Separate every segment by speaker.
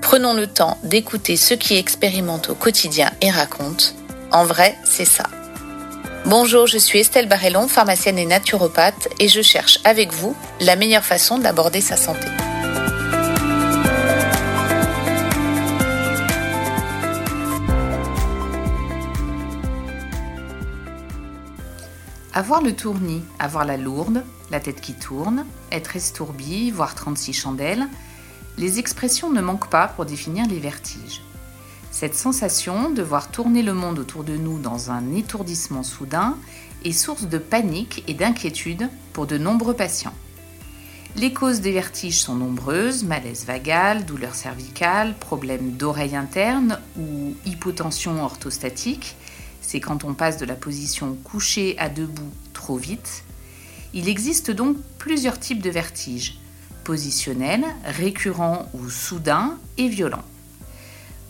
Speaker 1: Prenons le temps d'écouter ceux qui expérimentent au quotidien et racontent. En vrai, c'est ça. Bonjour, je suis Estelle Barrellon, pharmacienne et naturopathe, et je cherche avec vous la meilleure façon d'aborder sa santé. Avoir le tournis, avoir la lourde, la tête qui tourne, être estourbi, voir 36 chandelles, les expressions ne manquent pas pour définir les vertiges. Cette sensation de voir tourner le monde autour de nous dans un étourdissement soudain est source de panique et d'inquiétude pour de nombreux patients. Les causes des vertiges sont nombreuses, malaise vagal, douleur cervicale, problèmes d'oreille interne ou hypotension orthostatique, c'est quand on passe de la position couchée à debout trop vite. Il existe donc plusieurs types de vertiges, positionnels, récurrents ou soudains et violents.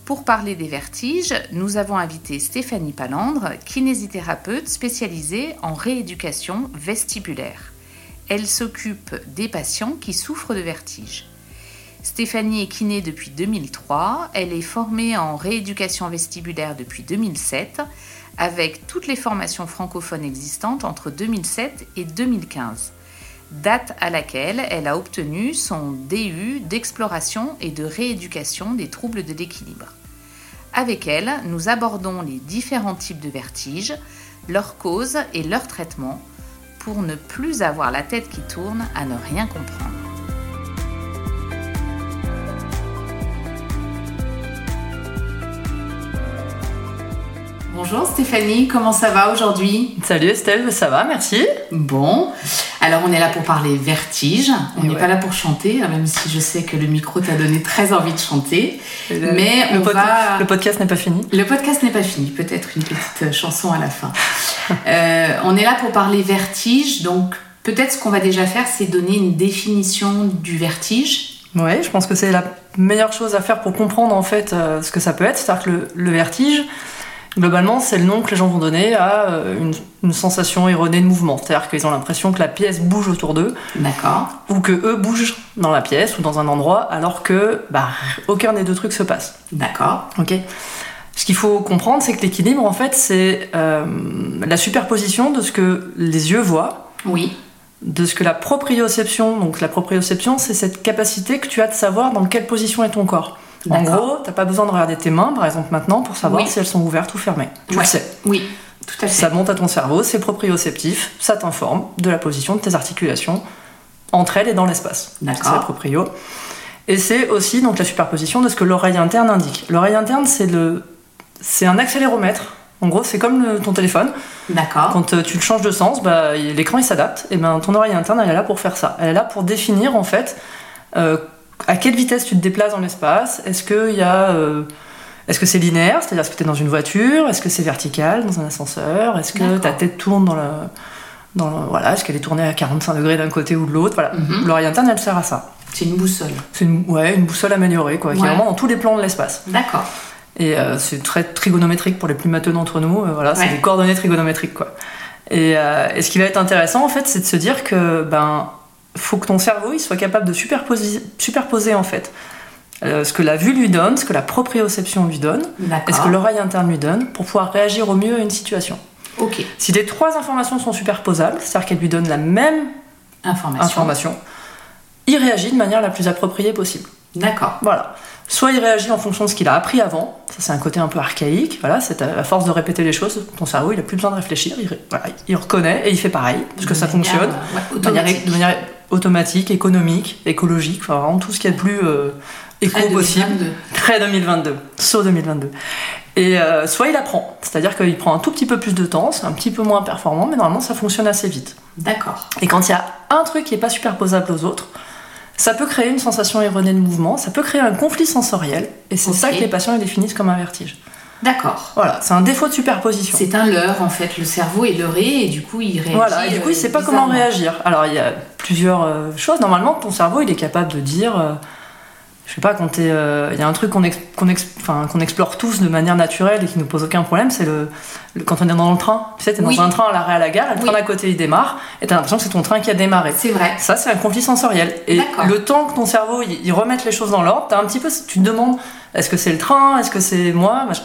Speaker 1: Pour parler des vertiges, nous avons invité Stéphanie Palandre, kinésithérapeute spécialisée en rééducation vestibulaire. Elle s'occupe des patients qui souffrent de vertiges. Stéphanie est kiné depuis 2003, elle est formée en rééducation vestibulaire depuis 2007, avec toutes les formations francophones existantes entre 2007 et 2015, date à laquelle elle a obtenu son DU d'exploration et de rééducation des troubles de l'équilibre. Avec elle, nous abordons les différents types de vertiges, leurs causes et leurs traitements, pour ne plus avoir la tête qui tourne à ne rien comprendre. Bonjour Stéphanie, comment ça va aujourd'hui
Speaker 2: Salut Estelle, ça va, merci.
Speaker 1: Bon, alors on est là pour parler vertige, on
Speaker 2: Et
Speaker 1: n'est
Speaker 2: Eh ouais.
Speaker 1: pas là pour chanter, hein, même si je sais que le micro t'a donné très envie de chanter.
Speaker 2: Le-
Speaker 1: Mais
Speaker 2: le,
Speaker 1: on
Speaker 2: pod-
Speaker 1: va-
Speaker 2: le podcast n'est pas fini.
Speaker 1: Le podcast n'est pas fini, peut-être une petite euh, chanson à la fin. Euh, on est là pour parler vertige, donc peut-être ce qu'on va déjà faire, c'est donner une définition du vertige.
Speaker 2: Ouais, je pense que c'est la meilleure chose à faire pour comprendre en fait euh, ce que ça peut être. C'est-à-dire que le, le vertige, globalement, c'est le nom que les gens vont donner à euh, une, une sensation erronée de mouvement. C'est-à-dire qu'ils ont l'impression que la pièce bouge autour d'eux
Speaker 1: D'accord,
Speaker 2: ou que eux bougent dans la pièce ou dans un endroit alors que bah, aucun des deux trucs se passe.
Speaker 1: d'accord,
Speaker 2: Ok. Ce qu'il faut comprendre, c'est que l'équilibre, en fait, c'est euh, la superposition de ce que les yeux voient,
Speaker 1: oui,
Speaker 2: de ce que la proprioception. Donc la proprioception, c'est cette capacité que tu as de savoir dans quelle position est ton corps. En
Speaker 1: D'accord.
Speaker 2: gros, t'as pas besoin de regarder tes mains, par exemple maintenant, pour savoir
Speaker 1: Oui.
Speaker 2: si elles sont ouvertes ou fermées. Tu
Speaker 1: Ouais.
Speaker 2: le sais.
Speaker 1: oui, tout à fait.
Speaker 2: Ça monte à ton cerveau, c'est proprioceptif, ça t'informe de la position de tes articulations entre elles et dans l'espace.
Speaker 1: D'accord.
Speaker 2: C'est la proprio. Et c'est aussi donc la superposition de ce que l'oreille interne indique. L'oreille interne, c'est le, c'est un accéléromètre. En gros, c'est comme le- ton téléphone.
Speaker 1: D'accord,
Speaker 2: Quand euh, tu le changes de sens, bah, il- l'écran il s'adapte. Et ben ton oreille interne, elle est là pour faire ça. Elle est là pour définir en fait euh, à quelle vitesse tu te déplaces dans l'espace. Est-ce que il y a, euh, est-ce que c'est linéaire, c'est-à-dire est-ce que tu es dans une voiture, est-ce que c'est vertical dans un ascenseur, est-ce que
Speaker 1: D'accord.
Speaker 2: ta tête tourne dans le, dans le- voilà, est-ce qu'elle est tournée à 45 degrés d'un côté ou de l'autre. Voilà,
Speaker 1: Mhm.
Speaker 2: l'oreille interne, elle sert à ça.
Speaker 1: c'est une boussole.
Speaker 2: C'est une, ouais, une boussole améliorée, quoi, qui
Speaker 1: Ouais.
Speaker 2: est vraiment dans tous les plans de l'espace.
Speaker 1: D'accord,
Speaker 2: Et euh, c'est très trigonométrique pour les plus matheux d'entre nous. euh, voilà, c'est
Speaker 1: Ouais.
Speaker 2: des coordonnées trigonométriques, quoi. Et, euh, et ce qui va être intéressant, en fait, c'est de se dire que ben faut que ton cerveau il soit capable de superposer, superposer en fait euh, ce que la vue lui donne, ce que la proprioception lui donne, et ce que
Speaker 1: d'accord,
Speaker 2: l'oreille interne lui donne, pour pouvoir réagir au mieux à une situation.
Speaker 1: ok,
Speaker 2: Si les trois informations sont superposables, c'est-à-dire qu'elles lui donnent la même
Speaker 1: information.
Speaker 2: information, il réagit de manière la plus appropriée possible.
Speaker 1: D'accord,
Speaker 2: Voilà. Soit il réagit en fonction de ce qu'il a appris avant, ça c'est un côté un peu archaïque, voilà, c'est à à force de répéter les choses, ton cerveau il a plus besoin de réfléchir, il, ré- voilà, il reconnaît et il fait pareil, parce que
Speaker 1: De
Speaker 2: ça
Speaker 1: manière,
Speaker 2: fonctionne
Speaker 1: euh, ouais,
Speaker 2: de manière,
Speaker 1: automatique.
Speaker 2: de manière automatique, économique, écologique, enfin vraiment tout ce qui est le plus euh, éco
Speaker 1: Très
Speaker 2: possible.
Speaker 1: 2022.
Speaker 2: Très 2022, saut 2022. Et euh, soit il apprend, c'est-à-dire qu'il prend un tout petit peu plus de temps, c'est un petit peu moins performant, mais normalement ça fonctionne assez vite.
Speaker 1: D'accord,
Speaker 2: Et quand il y a un truc qui n'est pas superposable aux autres, Ça peut créer une sensation erronée de mouvement, ça peut créer un conflit sensoriel, et c'est
Speaker 1: Ok.
Speaker 2: ça que les patients ils définissent comme un vertige.
Speaker 1: D'accord.
Speaker 2: Voilà, c'est un défaut de superposition.
Speaker 1: C'est un leurre en fait, le cerveau est leurré et du coup il réagit.
Speaker 2: Voilà, et du coup, il
Speaker 1: euh,
Speaker 2: sait pas comment
Speaker 1: bizarrement.
Speaker 2: réagir. Alors, il y a plusieurs euh, choses. Normalement, ton cerveau, il est capable de dire. euh, je sais pas, quand t'es, euh, il y a un truc qu'on ex- qu'on ex- enfin, qu'on explore tous de manière naturelle et qui nous pose aucun problème, c'est le, le- quand on est dans le train. Tu sais, t'es
Speaker 1: Oui.
Speaker 2: dans un train à l'arrêt à la gare, le
Speaker 1: Oui.
Speaker 2: train d'à côté il démarre, et t'as l'impression que c'est ton train qui a démarré.
Speaker 1: C'est vrai.
Speaker 2: Ça, c'est un conflit sensoriel. Et
Speaker 1: D'accord.
Speaker 2: le temps que ton cerveau il, il remette les choses dans l'ordre, t'as un petit peu, tu te demandes, est-ce que c'est le train, est-ce que c'est moi, machin.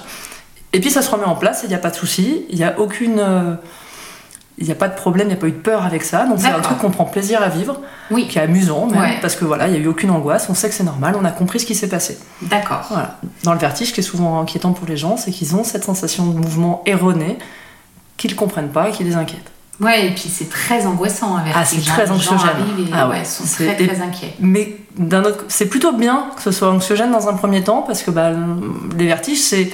Speaker 2: Et puis ça se remet en place, il n'y a pas de souci, il n'y a aucune, euh, il n'y a pas de problème, il n'y a pas eu de peur avec ça. Donc c'est un
Speaker 1: D'accord.
Speaker 2: truc qu'on prend plaisir à vivre,
Speaker 1: Oui,
Speaker 2: qui est amusant même,
Speaker 1: Ouais.
Speaker 2: parce que voilà, il n'y a eu aucune angoisse, on sait que c'est normal, on a compris ce qui s'est passé.
Speaker 1: d'accord.
Speaker 2: Voilà. Dans le vertige, ce qui est souvent inquiétant pour les gens, c'est qu'ils ont cette sensation de mouvement erroné qu'ils ne comprennent pas et qui les inquiète.
Speaker 1: Ouais, et puis c'est très angoissant un vertige.
Speaker 2: Ah, c'est
Speaker 1: hein.
Speaker 2: très
Speaker 1: Les gens
Speaker 2: anxiogène.
Speaker 1: arrivent et,
Speaker 2: Ah
Speaker 1: ouais,
Speaker 2: ouais,
Speaker 1: sont
Speaker 2: c'est-
Speaker 1: très très inquiets.
Speaker 2: Mais d'un autre, c'est plutôt bien que ce soit anxiogène dans un premier temps parce que bah, les vertiges, c'est,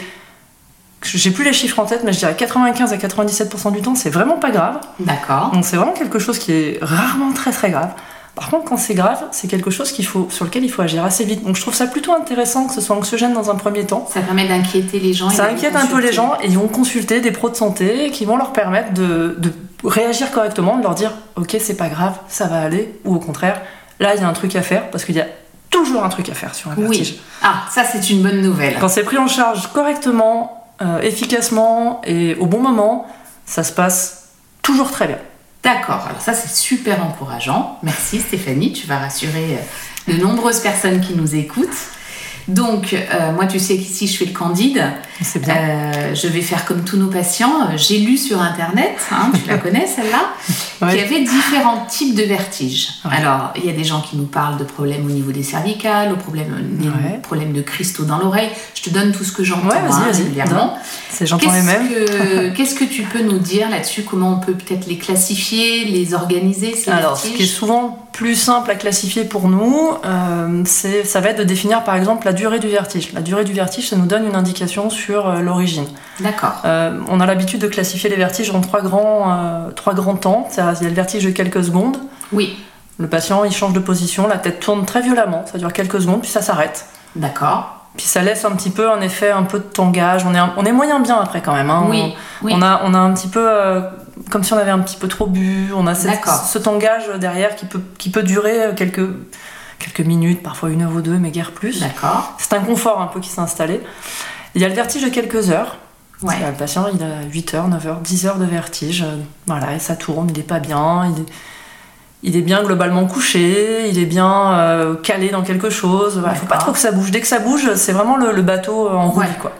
Speaker 2: j'ai plus les chiffres en tête, mais je dirais 95 à 97% du temps, c'est vraiment pas grave.
Speaker 1: D'accord.
Speaker 2: Donc c'est vraiment quelque chose qui est rarement très très grave. Par contre, quand c'est grave, c'est quelque chose qu'il faut, sur lequel il faut agir assez vite. Donc je trouve ça plutôt intéressant que ce soit anxiogène dans un premier temps.
Speaker 1: Ça permet d'inquiéter les gens. et
Speaker 2: Ça
Speaker 1: d'aller
Speaker 2: inquiète un peu
Speaker 1: consulter.
Speaker 2: les gens et ils vont consulter des pros de santé qui vont leur permettre de, de réagir correctement, de leur dire ok c'est pas grave, ça va aller, ou au contraire là il y a un truc à faire parce qu'il y a toujours un truc à faire sur un vertige.
Speaker 1: Oui. Ah, ça c'est une bonne nouvelle.
Speaker 2: Quand c'est pris en charge correctement, euh, efficacement et au bon moment, ça se passe toujours très bien.
Speaker 1: D'accord, alors ça c'est super encourageant. Merci Stéphanie, tu vas rassurer euh, de nombreuses personnes qui nous écoutent. Donc, euh, moi tu sais qu'ici je suis le candide,
Speaker 2: C'est bien.
Speaker 1: Euh, je vais faire comme tous nos patients. Euh, J'ai lu sur internet, hein, tu la connais celle-là,
Speaker 2: Ouais.
Speaker 1: qu'il y avait différents types de vertiges.
Speaker 2: Ouais.
Speaker 1: Alors, il y a des gens qui nous parlent de problèmes au niveau des cervicales, aux problèmes, des
Speaker 2: Ouais.
Speaker 1: problèmes de cristaux dans l'oreille. Je te donne tout ce que j'entends
Speaker 2: Ouais, vas-y,
Speaker 1: hein,
Speaker 2: vas-y,
Speaker 1: régulièrement.
Speaker 2: C'est j'entends les mêmes.
Speaker 1: Euh, Qu'est-ce que, qu'est-ce que tu peux nous dire là-dessus Comment on peut peut-être les classifier, les organiser ces
Speaker 2: Alors, ce
Speaker 1: vertiges
Speaker 2: qui est souvent plus simple à classifier pour nous, euh, c'est, ça va être de définir par exemple la durée du vertige. La durée du vertige, ça nous donne une indication sur euh, l'origine.
Speaker 1: D'accord.
Speaker 2: Euh, on a l'habitude de classifier les vertiges en trois grands, euh, trois grands temps. C'est-à-dire, Il y a le vertige de quelques secondes.
Speaker 1: Oui,
Speaker 2: Le patient, il change de position, la tête tourne très violemment. Ça dure quelques secondes, puis ça s'arrête.
Speaker 1: d'accord.
Speaker 2: Puis ça laisse un petit peu un effet un peu de tangage. On est, un- on est moyen bien après quand même. hein.
Speaker 1: oui, oui.
Speaker 2: On a, on a un petit peu, euh, comme si on avait un petit peu trop bu, on a cette-
Speaker 1: D'accord.
Speaker 2: ce tangage derrière qui peut, qui peut durer euh, quelques, quelques minutes, parfois une heure ou deux, mais guère plus.
Speaker 1: D'accord.
Speaker 2: C'est un confort un peu qui s'est installé. Il y a le vertige de quelques heures.
Speaker 1: Ouais.
Speaker 2: C'est-à-dire, Le patient, il a 8 heures, 9 heures, 10 heures de vertige. euh, Voilà, et ça tourne, il n'est pas bien, il est, il est bien globalement couché, il est bien euh, calé dans quelque chose. Il ne faut pas
Speaker 1: D'accord.
Speaker 2: trop que ça bouge. Dès que ça bouge, c'est vraiment le, le bateau euh, en roulis,
Speaker 1: Ouais.
Speaker 2: quoi.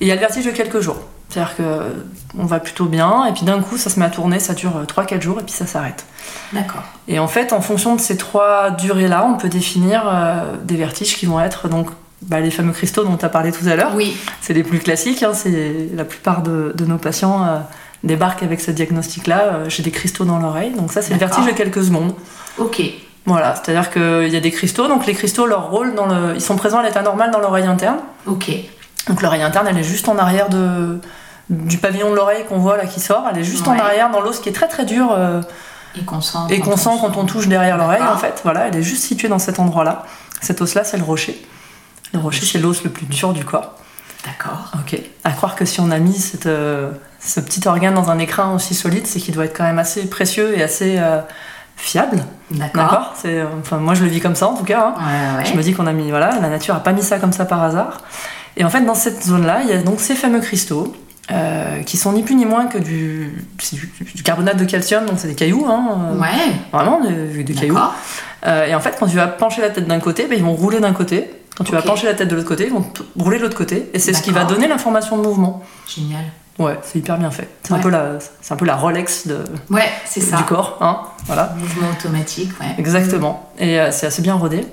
Speaker 2: Et il y a le vertige de quelques jours. C'est-à-dire que euh, on va plutôt bien, et puis d'un coup, ça se met à tourner, ça dure 3-4 jours, et puis ça s'arrête.
Speaker 1: D'accord.
Speaker 2: Et en fait, en fonction de ces trois durées-là, on peut définir euh, des vertiges qui vont être donc bah, les fameux cristaux dont tu as parlé tout à l'heure.
Speaker 1: Oui,
Speaker 2: C'est les plus classiques, hein, c'est la plupart de, de nos patients euh, débarquent avec ce diagnostic-là. euh, J'ai des cristaux dans l'oreille, donc ça c'est le
Speaker 1: D'accord.
Speaker 2: vertige de quelques secondes.
Speaker 1: ok.
Speaker 2: Voilà, c'est-à-dire qu'il y a des cristaux, donc les cristaux, leur rôle, dans le, ils sont présents à l'état normal dans l'oreille interne.
Speaker 1: Ok.
Speaker 2: Donc l'oreille interne, elle est juste en arrière de, du pavillon de l'oreille qu'on voit là qui sort, elle est juste en
Speaker 1: Ouais.
Speaker 2: arrière dans l'os qui est très très dur euh,
Speaker 1: Et qu'on sent.
Speaker 2: et qu'on sent quand on touche derrière l'oreille en
Speaker 1: D'accord.
Speaker 2: fait. Voilà, elle est juste située dans cet endroit-là. Cet os-là, c'est le rocher. Le rocher, c'est l'os le plus dur du corps.
Speaker 1: D'accord.
Speaker 2: Ok. À croire que si on a mis cette, euh, ce petit organe dans un écrin aussi solide, c'est qu'il doit être quand même assez précieux et assez euh, fiable.
Speaker 1: D'accord.
Speaker 2: D'accord C'est, euh, Enfin, moi je le vis comme ça en tout cas. hein.
Speaker 1: Ouais, ouais.
Speaker 2: Je me dis qu'on a mis, voilà, la nature a pas mis ça comme ça par hasard. Et en fait, dans cette zone-là, il y a donc ces fameux cristaux euh, qui sont ni plus ni moins que du, c'est du, du carbonate de calcium, donc c'est des cailloux, hein, euh,
Speaker 1: Ouais.
Speaker 2: vraiment des, des cailloux.
Speaker 1: D'accord.
Speaker 2: Euh, et en fait, quand tu vas pencher la tête d'un côté, ben, ils vont rouler d'un côté. Quand tu
Speaker 1: Ok.
Speaker 2: vas pencher la tête de l'autre côté, ils vont t- rouler de l'autre côté. Et c'est ce qui va
Speaker 1: D'accord.
Speaker 2: donner l'information de mouvement.
Speaker 1: Génial.
Speaker 2: Ouais, c'est hyper bien fait. C'est
Speaker 1: Ouais.
Speaker 2: un peu la, c'est un peu la Rolex de,
Speaker 1: Ouais, c'est ça.
Speaker 2: du corps, hein. Voilà,
Speaker 1: Mouvement automatique, ouais.
Speaker 2: exactement. Et euh, c'est assez bien rodé.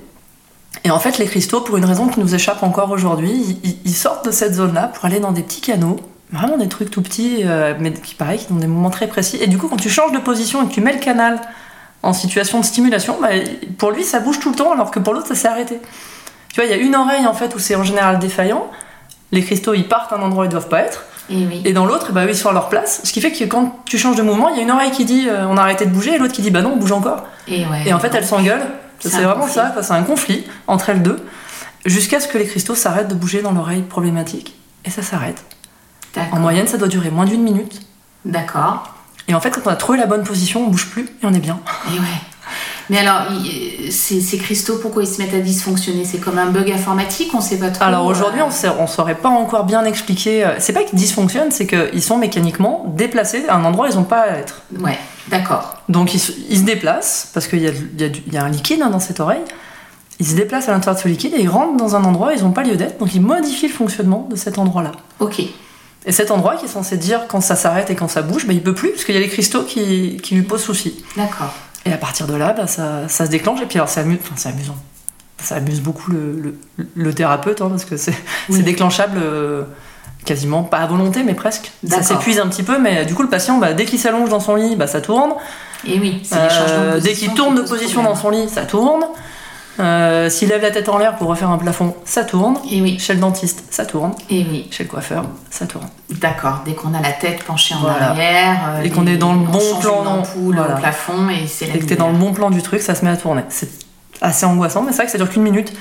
Speaker 2: Et en fait, les cristaux, pour une raison qui nous échappe encore aujourd'hui, ils, ils- ils sortent de cette zone-là pour aller dans des petits canaux, vraiment des trucs tout petits, euh, mais qui pareil, qui ont des moments très précis. Et du coup, quand tu changes de position et que tu mets le canal en situation de stimulation, bah, pour lui, ça bouge tout le temps, alors que pour l'autre, ça s'est arrêté. Tu vois, il y a une oreille en fait où c'est en général défaillant. Les cristaux, ils partent à un endroit où ils doivent pas être.
Speaker 1: Et oui.
Speaker 2: Et dans l'autre, bah, eux, ils sont à leur place. Ce qui fait que quand tu changes de mouvement, il y a une oreille qui dit euh, on a arrêté de bouger et l'autre qui dit bah non, on bouge encore.
Speaker 1: Et, ouais.
Speaker 2: Et en fait, elles s'engueulent C'est
Speaker 3: un
Speaker 2: vraiment
Speaker 3: conflit.
Speaker 2: ça, quoi, c'est un conflit entre elles deux, jusqu'à ce que les cristaux s'arrêtent de bouger dans l'oreille problématique. Et ça s'arrête. En
Speaker 3: D'accord.
Speaker 2: moyenne, ça doit durer moins d'une minute.
Speaker 3: D'accord.
Speaker 2: Et en fait, quand on a trouvé la bonne position, on bouge plus et on est bien.
Speaker 3: Et ouais. Mais alors, il- euh, ces, ces cristaux, pourquoi ils se mettent à dysfonctionner C'est comme un bug informatique, on sait pas trop.
Speaker 2: Alors aujourd'hui,
Speaker 3: euh,
Speaker 2: on ne saurait pas encore bien expliquer. euh, C'est pas qu'ils dysfonctionnent, c'est qu'ils sont mécaniquement déplacés à un endroit où ils n'ont pas à être.
Speaker 3: Ouais, d'accord.
Speaker 2: Donc ils se, ils se déplacent, parce qu'il y a, il y a du- il y a un liquide hein, dans cette oreille. Ils se déplacent à l'intérieur de ce liquide et ils rentrent dans un endroit où ils n'ont pas lieu d'être. Donc ils modifient le fonctionnement de cet endroit-là.
Speaker 3: Ok.
Speaker 2: Et cet endroit qui est censé dire quand ça s'arrête et quand ça bouge, bah, il peut plus, parce qu'il y a les cristaux qui, qui lui posent souci.
Speaker 3: D'accord.
Speaker 2: Et à partir de là, bah, ça, ça se déclenche, et puis alors c'est amu- enfin, c'est amusant. Ça amuse beaucoup le, le- le thérapeute, hein, parce que c'est
Speaker 3: Oui.
Speaker 2: c'est déclenchable euh, quasiment, pas à volonté, mais presque. Ça
Speaker 3: D'accord.
Speaker 2: s'épuise un petit peu, mais du coup, le patient, bah, dès qu'il s'allonge dans son lit, bah, ça tourne.
Speaker 3: Et oui, c'est
Speaker 2: Euh,
Speaker 3: l'échange de
Speaker 2: dès qu'il
Speaker 3: position
Speaker 2: tourne
Speaker 3: qui
Speaker 2: de
Speaker 3: pose
Speaker 2: position dans
Speaker 3: problème.
Speaker 2: son lit, ça tourne. Euh, S'il lève la tête en l'air pour refaire un plafond, ça tourne.
Speaker 3: Et oui,
Speaker 2: Chez le dentiste, ça tourne.
Speaker 3: et oui.
Speaker 2: Chez le coiffeur, ça tourne.
Speaker 3: D'accord, dès qu'on a la tête penchée en
Speaker 2: Voilà.
Speaker 3: arrière, euh,
Speaker 2: Et qu'on est dans le
Speaker 3: on
Speaker 2: bon
Speaker 3: change
Speaker 2: plan,
Speaker 3: une ampoule
Speaker 2: voilà.
Speaker 3: au plafond et c'est la
Speaker 2: Dès que t'es
Speaker 3: lumière.
Speaker 2: dans le bon plan du truc, ça se met à tourner. C'est assez angoissant, mais c'est vrai que ça dure qu'une minute.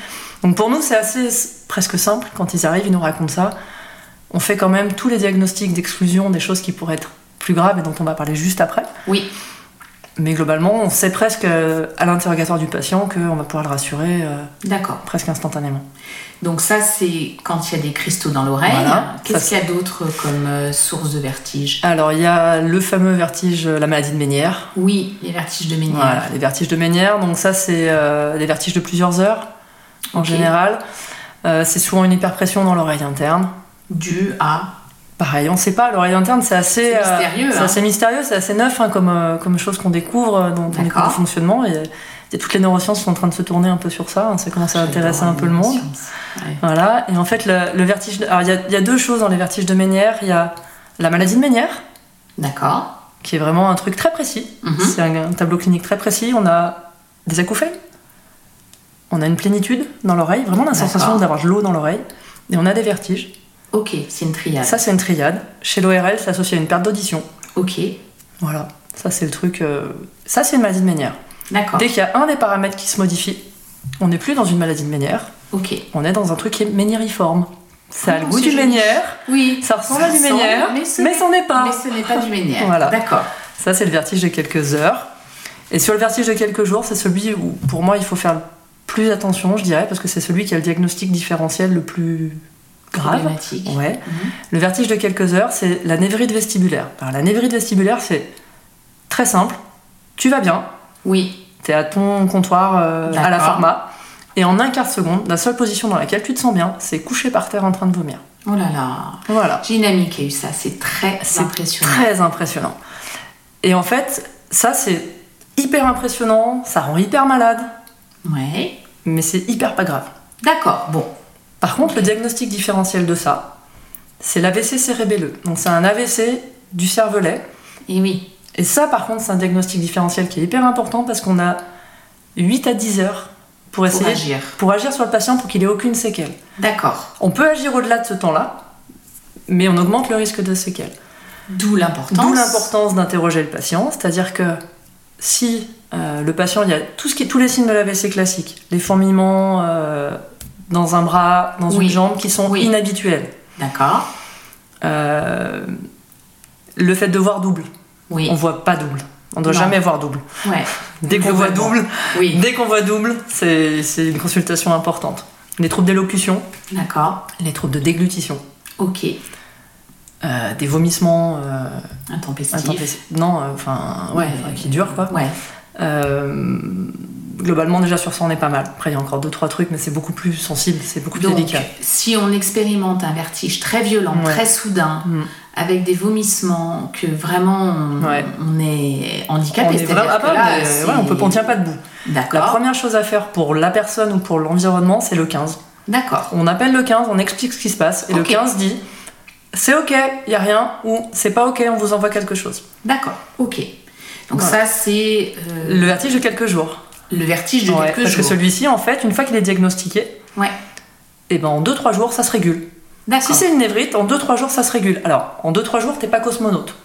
Speaker 2: Donc pour nous, c'est assez s- presque simple. Quand ils arrivent, ils nous racontent ça. On fait quand même tous les diagnostics d'exclusion, des choses qui pourraient être plus graves et dont on va parler juste après.
Speaker 3: Oui,
Speaker 2: Mais globalement, on sait presque euh, à l'interrogatoire du patient qu'on va pouvoir le rassurer euh,
Speaker 3: d'accord.
Speaker 2: presque instantanément.
Speaker 3: Donc ça, c'est quand il y a des cristaux dans l'oreille.
Speaker 2: Voilà, ça,
Speaker 3: Qu'est-ce qu'il y a d'autre comme euh, source de vertige
Speaker 2: Alors il y a le fameux vertige, euh, la maladie de Ménière.
Speaker 3: Oui, les vertiges de Ménière.
Speaker 2: Voilà, les vertiges de Ménière. Donc ça, c'est euh, des vertiges de plusieurs heures en
Speaker 3: Ok.
Speaker 2: général. Euh, c'est souvent une hyperpression dans l'oreille interne.
Speaker 3: Dû à...
Speaker 2: Pareil, Bah, on sait pas. L'oreille interne, c'est assez,
Speaker 3: C'est
Speaker 2: euh,
Speaker 3: mystérieux,
Speaker 2: c'est
Speaker 3: hein.
Speaker 2: assez mystérieux, c'est assez neuf hein, comme, euh, comme chose qu'on découvre euh, dans, dans les cours
Speaker 3: D'accord.
Speaker 2: de fonctionnement. Et, et toutes les neurosciences sont en train de se tourner un peu sur ça. hein. Ça commence à intéresser un peu le monde.
Speaker 3: Ouais.
Speaker 2: Voilà. Et en fait, le, le vertige. de- Alors, il y, a- il y a deux choses dans les vertiges de Ménière. Il y a la maladie de Ménière,
Speaker 3: D'accord.
Speaker 2: qui est vraiment un truc très précis.
Speaker 3: Mhm.
Speaker 2: C'est un, un tableau clinique très précis. On a des acouphènes. On a une plénitude dans l'oreille, vraiment la sensation
Speaker 3: D'accord.
Speaker 2: d'avoir de l'eau dans l'oreille. Et on a des vertiges.
Speaker 3: Ok, c'est une triade.
Speaker 2: Ça, c'est une triade. Chez l'ORL, c'est associé à une perte d'audition.
Speaker 3: Ok,
Speaker 2: Voilà. Ça, c'est le truc. euh, Ça, c'est une maladie de Ménière.
Speaker 3: d'accord.
Speaker 2: Dès qu'il y a un des paramètres qui se modifie, on n'est plus dans une maladie de Ménière.
Speaker 3: Ok.
Speaker 2: On est dans un truc qui est méniériforme. Ça a
Speaker 3: Ah,
Speaker 2: le goût
Speaker 3: c'est
Speaker 2: du
Speaker 3: joli.
Speaker 2: Ménière.
Speaker 3: Oui,
Speaker 2: Ça ressemble à du
Speaker 3: ressemble,
Speaker 2: Ménière,
Speaker 3: mais ce
Speaker 2: mais c'en est pas.
Speaker 3: Mais ce n'est pas du Ménière.
Speaker 2: Voilà.
Speaker 3: D'accord.
Speaker 2: Ça, c'est le vertige de quelques heures. Et sur le vertige de quelques jours, c'est celui où, pour moi, il faut faire plus attention, je dirais, parce que c'est celui qui a le diagnostic différentiel le plus grave.
Speaker 3: Problématique.
Speaker 2: Ouais.
Speaker 3: Mhm.
Speaker 2: Le vertige de quelques heures, c'est la névrite vestibulaire. Alors, la névrite vestibulaire, c'est très simple. Tu vas bien,
Speaker 3: Oui,
Speaker 2: t'es à ton comptoir euh, à la
Speaker 3: D'accord.
Speaker 2: pharma, et en un quart de seconde, la seule position dans laquelle tu te sens bien, c'est couché par terre en train de vomir.
Speaker 3: oh là là.
Speaker 2: Voilà.
Speaker 3: J'ai une amie qui a eu ça, c'est très
Speaker 2: C'est
Speaker 3: impressionnant.
Speaker 2: Très impressionnant. Et en fait, ça, c'est hyper impressionnant, ça rend hyper malade,
Speaker 3: Ouais.
Speaker 2: mais c'est hyper pas grave.
Speaker 3: D'accord, bon.
Speaker 2: Par contre, le diagnostic différentiel de ça, c'est l'AVC cérébelleux. Donc, c'est un AVC du cervelet.
Speaker 3: Et oui.
Speaker 2: Et ça, par contre, c'est un diagnostic différentiel qui est hyper important parce qu'on a 8 à 10 heures pour
Speaker 3: Pour
Speaker 2: essayer
Speaker 3: agir.
Speaker 2: pour agir sur le patient pour qu'il ait aucune séquelle.
Speaker 3: D'accord.
Speaker 2: On peut agir au-delà de ce temps-là, mais on augmente le risque de séquelles.
Speaker 3: D'où l'importance.
Speaker 2: D'où l'importance d'interroger le patient, c'est-à-dire que si euh, le patient, il y a tout ce qui, tous les signes de l'AVC classique, les fourmillements euh, dans un bras, dans
Speaker 3: Oui.
Speaker 2: une jambe, qui sont
Speaker 3: Oui.
Speaker 2: inhabituels,
Speaker 3: D'accord.
Speaker 2: Euh, le fait de voir double,
Speaker 3: Oui.
Speaker 2: on voit pas double, on doit
Speaker 3: Non.
Speaker 2: jamais voir double.
Speaker 3: Ouais.
Speaker 2: Dès qu'on voit
Speaker 3: Globalement.
Speaker 2: double,
Speaker 3: Oui.
Speaker 2: Dès qu'on voit double, c'est c'est une consultation importante. Les troubles d'élocution,
Speaker 3: D'accord.
Speaker 2: les troubles de déglutition,
Speaker 3: Ok.
Speaker 2: euh, des vomissements, euh,
Speaker 3: Intempestif.
Speaker 2: intempestifs- non, euh, enfin, ouais,
Speaker 3: Ouais.
Speaker 2: qui durent quoi.
Speaker 3: Ouais.
Speaker 2: Euh, globalement, déjà sur ça, on est pas mal. Après, il y a encore deux trois trucs, mais c'est beaucoup plus sensible, c'est beaucoup plus
Speaker 3: Donc,
Speaker 2: délicat.
Speaker 3: si on expérimente un vertige très violent,
Speaker 2: Ouais.
Speaker 3: très soudain,
Speaker 2: Mm.
Speaker 3: avec des vomissements, que vraiment on,
Speaker 2: Ouais.
Speaker 3: on est
Speaker 2: On
Speaker 3: handicapé,
Speaker 2: est
Speaker 3: c'est-à-dire
Speaker 2: vraiment- ah,
Speaker 3: que
Speaker 2: bah,
Speaker 3: là,
Speaker 2: mais,
Speaker 3: c'est-
Speaker 2: ouais, on peut, on tient pas debout. La
Speaker 3: D'accord.
Speaker 2: première chose à faire pour la personne ou pour l'environnement, c'est le 15.
Speaker 3: D'accord.
Speaker 2: On appelle le 15, on explique ce qui se passe, et le
Speaker 3: Ok.
Speaker 2: 15 dit c'est ok, il y a rien, ou c'est pas ok, on vous envoie quelque chose.
Speaker 3: D'accord. Ok. Donc
Speaker 2: Voilà.
Speaker 3: ça, c'est euh,
Speaker 2: Le vertige de quelques jours.
Speaker 3: le vertige de
Speaker 2: Ouais,
Speaker 3: quelques
Speaker 2: parce
Speaker 3: jours.
Speaker 2: que celui-ci, en fait, une fois qu'il est diagnostiqué,
Speaker 3: Ouais.
Speaker 2: et ben en 2-3 jours, ça se régule.
Speaker 3: D'accord.
Speaker 2: Si c'est une névrite, en 2-3 jours, ça se régule. Alors, en 2-3 jours, t'es pas cosmonaute.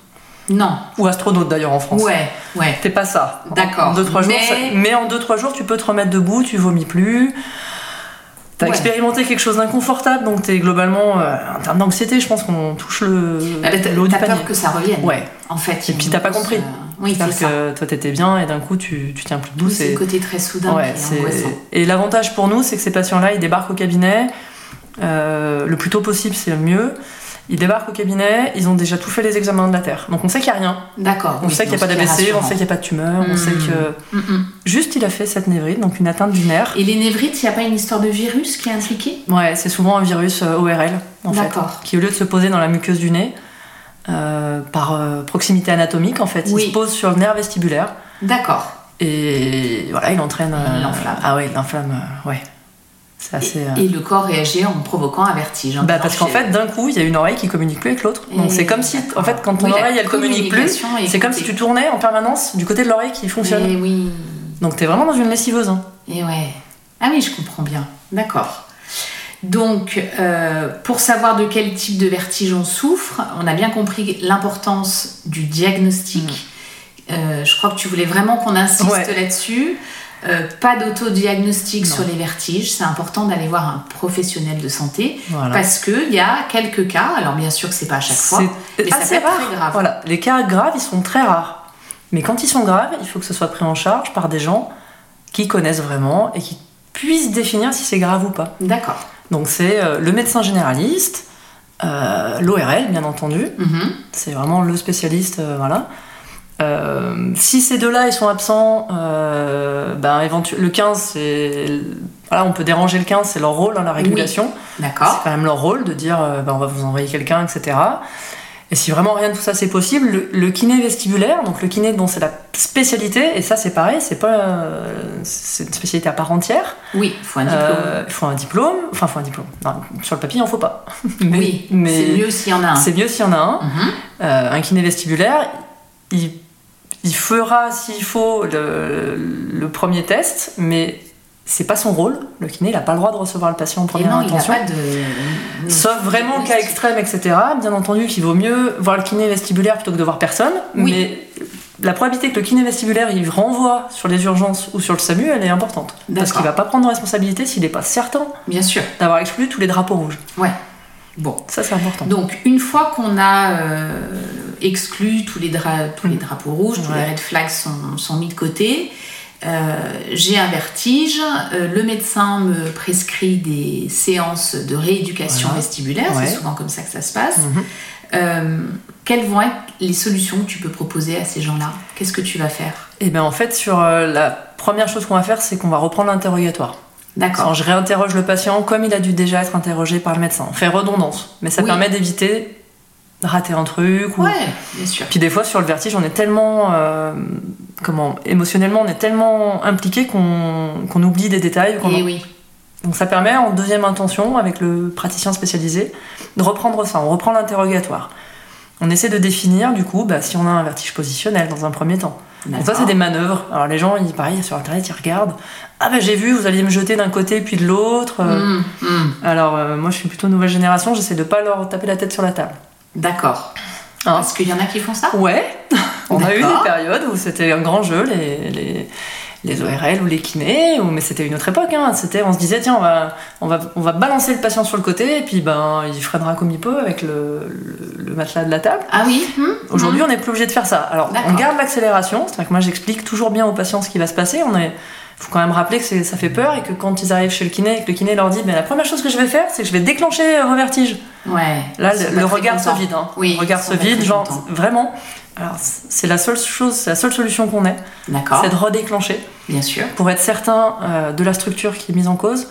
Speaker 3: Non.
Speaker 2: Ou astronaute d'ailleurs en France.
Speaker 3: Ouais, ouais.
Speaker 2: T'es pas ça.
Speaker 3: D'accord.
Speaker 2: En deux, trois jours,
Speaker 3: Mais-
Speaker 2: ça- mais en 2-3 jours, tu peux te remettre debout, tu vomis plus. T'as
Speaker 3: Ouais.
Speaker 2: expérimenté quelque chose d'inconfortable, donc t'es globalement, euh, en termes d'anxiété, je pense qu'on touche le
Speaker 3: Ah bah, t'as
Speaker 2: l'eau du
Speaker 3: t'as
Speaker 2: panier.
Speaker 3: peur que ça revienne.
Speaker 2: Ouais.
Speaker 3: En fait. il y a
Speaker 2: Et puis
Speaker 3: une
Speaker 2: t'as pas
Speaker 3: grosse,
Speaker 2: compris.
Speaker 3: euh, Oui, c'est
Speaker 2: C'est-à-dire
Speaker 3: ça.
Speaker 2: que toi t'étais bien et d'un coup tu, tu tiens plus debout.
Speaker 3: Oui, C'est le côté très soudain
Speaker 2: Ouais,
Speaker 3: qui est
Speaker 2: c'est-
Speaker 3: angoissant.
Speaker 2: Et l'avantage pour nous, c'est que ces patients-là, ils débarquent au cabinet. euh, le plus tôt possible, c'est le mieux. Ils débarquent au cabinet, ils ont déjà tout fait les examens de la Terre. Donc on sait qu'il n'y a rien.
Speaker 3: D'accord.
Speaker 2: On
Speaker 3: oui,
Speaker 2: sait qu'il n'y a pas
Speaker 3: donc ce qui est
Speaker 2: d'ABC, on sait
Speaker 3: rassurant.
Speaker 2: qu'il n'y a pas de tumeur, on
Speaker 3: Hmm.
Speaker 2: sait que.
Speaker 3: Mm, mm.
Speaker 2: Juste, il a fait cette névrite, donc une atteinte du nerf.
Speaker 3: Et les névrites, il n'y a pas une histoire de virus qui est impliquée
Speaker 2: Ouais, c'est souvent un virus euh, ORL, en fait.
Speaker 3: D'accord.
Speaker 2: Qui, au lieu de se poser dans la muqueuse du nez, euh, par euh, proximité anatomique, en fait,
Speaker 3: Oui.
Speaker 2: il se pose sur le nerf vestibulaire.
Speaker 3: D'accord.
Speaker 2: Et voilà, il entraîne.
Speaker 3: Il l'enflamme.
Speaker 2: Ah ouais, il l'enflamme, euh, ouais. C'est assez. euh,
Speaker 3: Et le corps réagit en provoquant un vertige. en
Speaker 2: Bah
Speaker 3: disant,
Speaker 2: parce qu'en
Speaker 3: j'ai-
Speaker 2: fait d'un coup il y a une oreille qui communique plus avec l'autre donc
Speaker 3: Et-
Speaker 2: c'est comme si en fait quand ton
Speaker 3: Oui, la
Speaker 2: oreille elle communique plus
Speaker 3: communication est
Speaker 2: c'est comme si
Speaker 3: coupée.
Speaker 2: tu tournais en permanence du côté de l'oreille qui fonctionne
Speaker 3: Eh oui.
Speaker 2: donc t'es vraiment dans une lessiveuse hein.
Speaker 3: Et ouais. Ah oui, je comprends bien. D'accord. Donc, euh, pour savoir de quel type de vertige on souffre, on a bien compris l'importance du diagnostic. Euh, je crois que tu voulais vraiment qu'on insiste
Speaker 2: Mm. Ouais.
Speaker 3: là-dessus. Euh, pas d'autodiagnostic
Speaker 2: Non.
Speaker 3: sur les vertiges. C'est important d'aller voir un professionnel de santé
Speaker 2: Voilà.
Speaker 3: parce qu'il y a quelques cas. Alors, bien sûr que c'est pas à chaque fois. mais ça peut être très grave.
Speaker 2: voilà les cas graves ils sont très rares mais quand ils sont graves il faut que ce soit pris en charge par des gens qui connaissent vraiment et qui puissent définir si c'est grave ou pas
Speaker 3: D'accord.
Speaker 2: donc c'est euh, le médecin généraliste euh, l'ORL bien entendu
Speaker 3: Mhm.
Speaker 2: C'est vraiment le spécialiste, euh, voilà. Euh, si ces deux-là ils sont absents, euh, ben, éventu- le 15, c'est. Voilà, on peut déranger le 15, c'est leur rôle dans la régulation. C'est
Speaker 3: D'accord.
Speaker 2: quand même leur rôle de dire euh, ben, on va vous envoyer quelqu'un, etc. Et si vraiment rien de tout ça c'est possible, le, le kiné vestibulaire, donc le kiné dont c'est la spécialité, et ça c'est pareil, c'est pas euh, c'est une spécialité à part entière.
Speaker 3: Oui, il faut un diplôme.
Speaker 2: Euh, Il faut un diplôme, enfin il faut un diplôme. Non, sur le papier il en faut pas. Mais-
Speaker 3: oui,
Speaker 2: mais
Speaker 3: c'est mieux s'il y en a un.
Speaker 2: c'est mieux s'il y en a un.
Speaker 3: Mhm.
Speaker 2: Euh, un kiné vestibulaire, il, il fera s'il faut le, le premier test, mais c'est pas son rôle. Le kiné, il n'a pas le droit de recevoir le patient en
Speaker 3: Et
Speaker 2: première
Speaker 3: non, il n'y a
Speaker 2: intention.
Speaker 3: pas de.
Speaker 2: Sauf vraiment cas extrême, etc. Bien entendu qu'il vaut mieux voir le kiné vestibulaire plutôt que de voir personne.
Speaker 3: Oui.
Speaker 2: Mais la probabilité que le kiné vestibulaire il renvoie sur les urgences ou sur le SAMU, elle est importante. Parce
Speaker 3: D'accord.
Speaker 2: qu'il va pas prendre de responsabilité s'il n'est pas certain
Speaker 3: Bien sûr.
Speaker 2: d'avoir exclu tous les drapeaux rouges.
Speaker 3: Ouais. Bon.
Speaker 2: Ça, c'est important.
Speaker 3: Donc, une fois qu'on a euh, exclu tous les, dra- tous les drapeaux rouges, tous les
Speaker 2: Ouais.
Speaker 3: red flags sont, sont mis de côté, euh, j'ai un vertige. euh, le médecin me prescrit des séances de rééducation
Speaker 2: Voilà.
Speaker 3: vestibulaire.
Speaker 2: Ouais.
Speaker 3: C'est souvent comme ça que ça se passe.
Speaker 2: Mhm.
Speaker 3: Euh, quelles vont être les solutions que tu peux proposer à ces gens-là Qu'est-ce que tu vas faire
Speaker 2: Et bien Eh en fait, sur euh, la première chose qu'on va faire, c'est qu'on va reprendre l'interrogatoire.
Speaker 3: D'accord.
Speaker 2: Quand je réinterroge le patient comme il a dû déjà être interrogé par le médecin. On fait redondance, mais ça
Speaker 3: Oui.
Speaker 2: permet d'éviter de rater un truc. Ou...
Speaker 3: Ouais, bien sûr.
Speaker 2: Puis des fois, sur le vertige, on est tellement. euh, comment Émotionnellement, on est tellement impliqué qu'on qu'on oublie des détails. qu'on-
Speaker 3: Et Eh oui.
Speaker 2: Donc ça permet, en deuxième intention, avec le praticien spécialisé, de reprendre ça. On reprend l'interrogatoire. On essaie de définir, du coup, bah, si on a un vertige positionnel dans un premier temps. Donc ça, c'est des manœuvres. Alors les gens, ils pareil sur internet, ils regardent. Ah bah j'ai vu, vous alliez me jeter d'un côté puis de l'autre. Euh,
Speaker 3: Hum, hum.
Speaker 2: Alors euh, moi, je suis plutôt nouvelle génération. J'essaie de pas leur taper la tête sur la table.
Speaker 3: D'accord.
Speaker 2: Hein
Speaker 3: Parce qu'il y en a qui font ça
Speaker 2: Ouais. On a eu des
Speaker 3: D'accord.
Speaker 2: périodes où c'était un grand jeu les les, les ORL ou les kinés. Ou, mais c'était une autre époque. Hein. C'était, on se disait tiens, on va on va on va balancer le patient sur le côté et puis ben il freinera comme il peut avec le- le- le matelas de la table.
Speaker 3: Ah oui hum,
Speaker 2: Aujourd'hui, on n'est plus obligé de faire ça. Alors, on
Speaker 3: D'accord.
Speaker 2: garde l'accélération, c'est-à-dire que moi, j'explique toujours bien aux patients ce qui va se passer. On est... faut quand même rappeler que c'est- ça fait peur et que quand ils arrivent chez le kiné et que le kiné leur dit ben, la première chose que je vais faire, c'est que je vais déclencher un vertige.
Speaker 3: hum. Ouais.
Speaker 2: Là,
Speaker 3: Ils sont
Speaker 2: le,
Speaker 3: pas
Speaker 2: le
Speaker 3: très
Speaker 2: regard se
Speaker 3: contents.
Speaker 2: vide. hein.
Speaker 3: Oui,
Speaker 2: le regard
Speaker 3: ils
Speaker 2: se
Speaker 3: sont pas
Speaker 2: vide,
Speaker 3: très
Speaker 2: genre
Speaker 3: contents.
Speaker 2: vraiment. Alors, c'est la seule chose, c'est la seule solution qu'on ait,
Speaker 3: D'accord,
Speaker 2: c'est de redéclencher
Speaker 3: bien sûr.
Speaker 2: pour être certain euh, de la structure qui est mise en cause,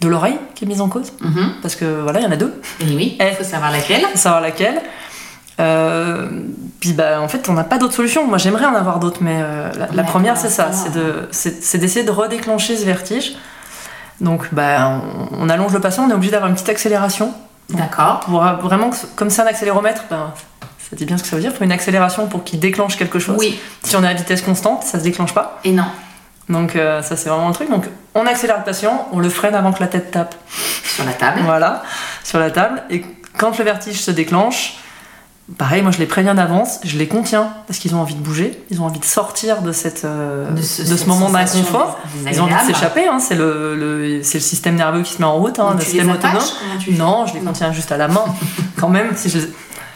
Speaker 2: de l'oreille qui est mise en cause,
Speaker 3: Mhm.
Speaker 2: parce que voilà, il y en a deux.
Speaker 3: Et oui, il
Speaker 2: Eh.
Speaker 3: faut savoir laquelle.
Speaker 2: savoir laquelle. Euh, puis bah, en fait, on n'a pas d'autre solution. Moi, j'aimerais en avoir d'autres, mais euh, la, la
Speaker 3: Ouais,
Speaker 2: première,
Speaker 3: ouais,
Speaker 2: c'est ça,
Speaker 3: ouais.
Speaker 2: c'est de- c'est c'est d'essayer de, redéclencher ce vertige. Donc, bah, on, on allonge le patient, on est obligé d'avoir une petite accélération
Speaker 3: D'accord.
Speaker 2: pour euh, vraiment, que ce- comme c'est un accéléromètre, ben, ça dit bien ce que ça veut dire, faut une accélération pour qu'il déclenche quelque chose.
Speaker 3: Oui
Speaker 2: Si on est à vitesse constante, ça se déclenche pas.
Speaker 3: et non.
Speaker 2: Donc euh, ça, c'est vraiment le truc. Donc, on accélère le patient, on le freine avant que la tête tape
Speaker 3: Sur la table.
Speaker 2: voilà, sur la table. Et quand le vertige se déclenche, Pareil, moi je les préviens d'avance, je les contiens parce qu'ils ont envie de bouger, ils ont envie de sortir de, cette, euh, de ce,
Speaker 3: cette
Speaker 2: moment
Speaker 3: sensation
Speaker 2: d'inconfort.
Speaker 3: dés-
Speaker 2: Ils ont envie de
Speaker 3: désagréable.
Speaker 2: s'échapper, hein, c'est le, le- c'est le système nerveux qui se met en route, hein, le
Speaker 3: Donc, tu
Speaker 2: système
Speaker 3: les attaches,
Speaker 2: autonome.
Speaker 3: comment tu fais
Speaker 2: Non, je les contiens juste à la main. Quand même, si je les.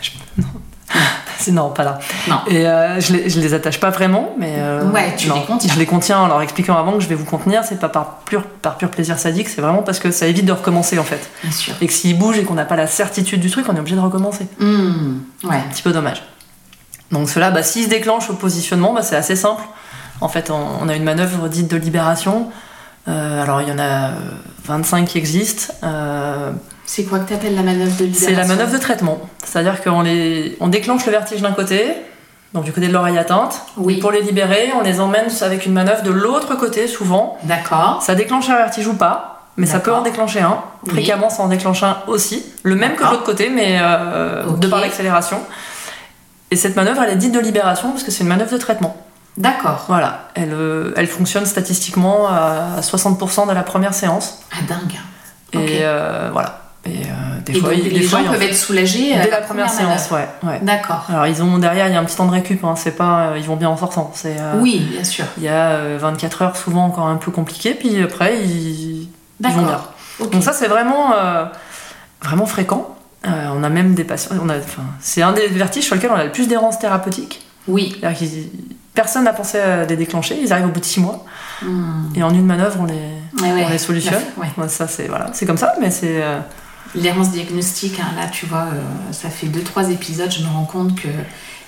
Speaker 2: je- non. C'est- non, pas là.
Speaker 3: Non.
Speaker 2: Et euh, je, les, je les attache pas vraiment, mais. euh,
Speaker 3: Ouais, tu
Speaker 2: non.
Speaker 3: les contiens.
Speaker 2: Je les contiens en leur expliquant avant que je vais vous contenir, c'est pas par pur, par pur plaisir sadique, c'est vraiment parce que ça évite de recommencer en fait.
Speaker 3: Bien sûr.
Speaker 2: Et que s'ils bougent et qu'on n'a pas la certitude du truc, on est obligé de recommencer.
Speaker 3: Hmm, Ouais.
Speaker 2: Un petit peu dommage. Donc cela, bah, s'ils se déclenchent au positionnement, bah, c'est assez simple. En fait, on, on a une manœuvre dite de libération. Euh, alors il y en a euh, 25 qui existent. Euh,
Speaker 3: C'est quoi que t'appelles la manœuvre de libération
Speaker 2: c'est la manœuvre de traitement. C'est-à-dire qu'on les... on déclenche le vertige d'un côté, donc du côté de l'oreille atteinte.
Speaker 3: Oui.
Speaker 2: Et pour les libérer, on les emmène avec une manœuvre de l'autre côté, souvent.
Speaker 3: D'accord.
Speaker 2: Ça déclenche un vertige ou pas, mais ça peut
Speaker 3: D'accord.
Speaker 2: en déclencher un.
Speaker 3: Oui.
Speaker 2: Fréquemment, ça en déclenche un aussi. Le même que de
Speaker 3: D'accord.
Speaker 2: l'autre côté, mais euh,
Speaker 3: Ok.
Speaker 2: de par l'accélération. Et cette manœuvre, elle est dite de libération parce que c'est une manœuvre de traitement.
Speaker 3: D'accord.
Speaker 2: Voilà, elle, euh, elle fonctionne statistiquement à 60% de la première séance.
Speaker 3: Ah dingue.
Speaker 2: Et
Speaker 3: Ok.
Speaker 2: euh, voilà. Et euh, des
Speaker 3: Et
Speaker 2: fois,
Speaker 3: donc,
Speaker 2: il-
Speaker 3: les
Speaker 2: des fois,
Speaker 3: gens
Speaker 2: il y en
Speaker 3: peuvent être soulagés euh,
Speaker 2: Dès la première,
Speaker 3: manœuvre.
Speaker 2: séance, ouais, ouais.
Speaker 3: D'accord.
Speaker 2: Alors ils ont derrière, il y a un petit temps de récup, hein, c'est pas, euh, ils vont bien en sortant. C'est, euh,
Speaker 3: Oui, bien sûr.
Speaker 2: Il y a euh, 24 heures souvent encore un peu compliquées, puis après ils, ils vont bien.
Speaker 3: D'accord. Ok.
Speaker 2: Donc ça c'est vraiment, euh, vraiment fréquent. Euh, on a même des patients, on a, enfin, c'est un des vertiges sur lequel on a le plus d'errance thérapeutique.
Speaker 3: Oui.
Speaker 2: C'est-à-dire qu'ils- personne n'a pensé à les déclencher, ils arrivent au bout de 6 mois
Speaker 3: Hmm.
Speaker 2: et en une manœuvre on les,
Speaker 3: Ouais, ouais.
Speaker 2: on les solutionne.
Speaker 3: La- ouais.
Speaker 2: Ouais, ça c'est voilà, c'est comme ça, mais c'est euh,
Speaker 3: L'errance diagnostique, hein, là, tu vois, euh, ça fait deux, trois épisodes, je me rends compte que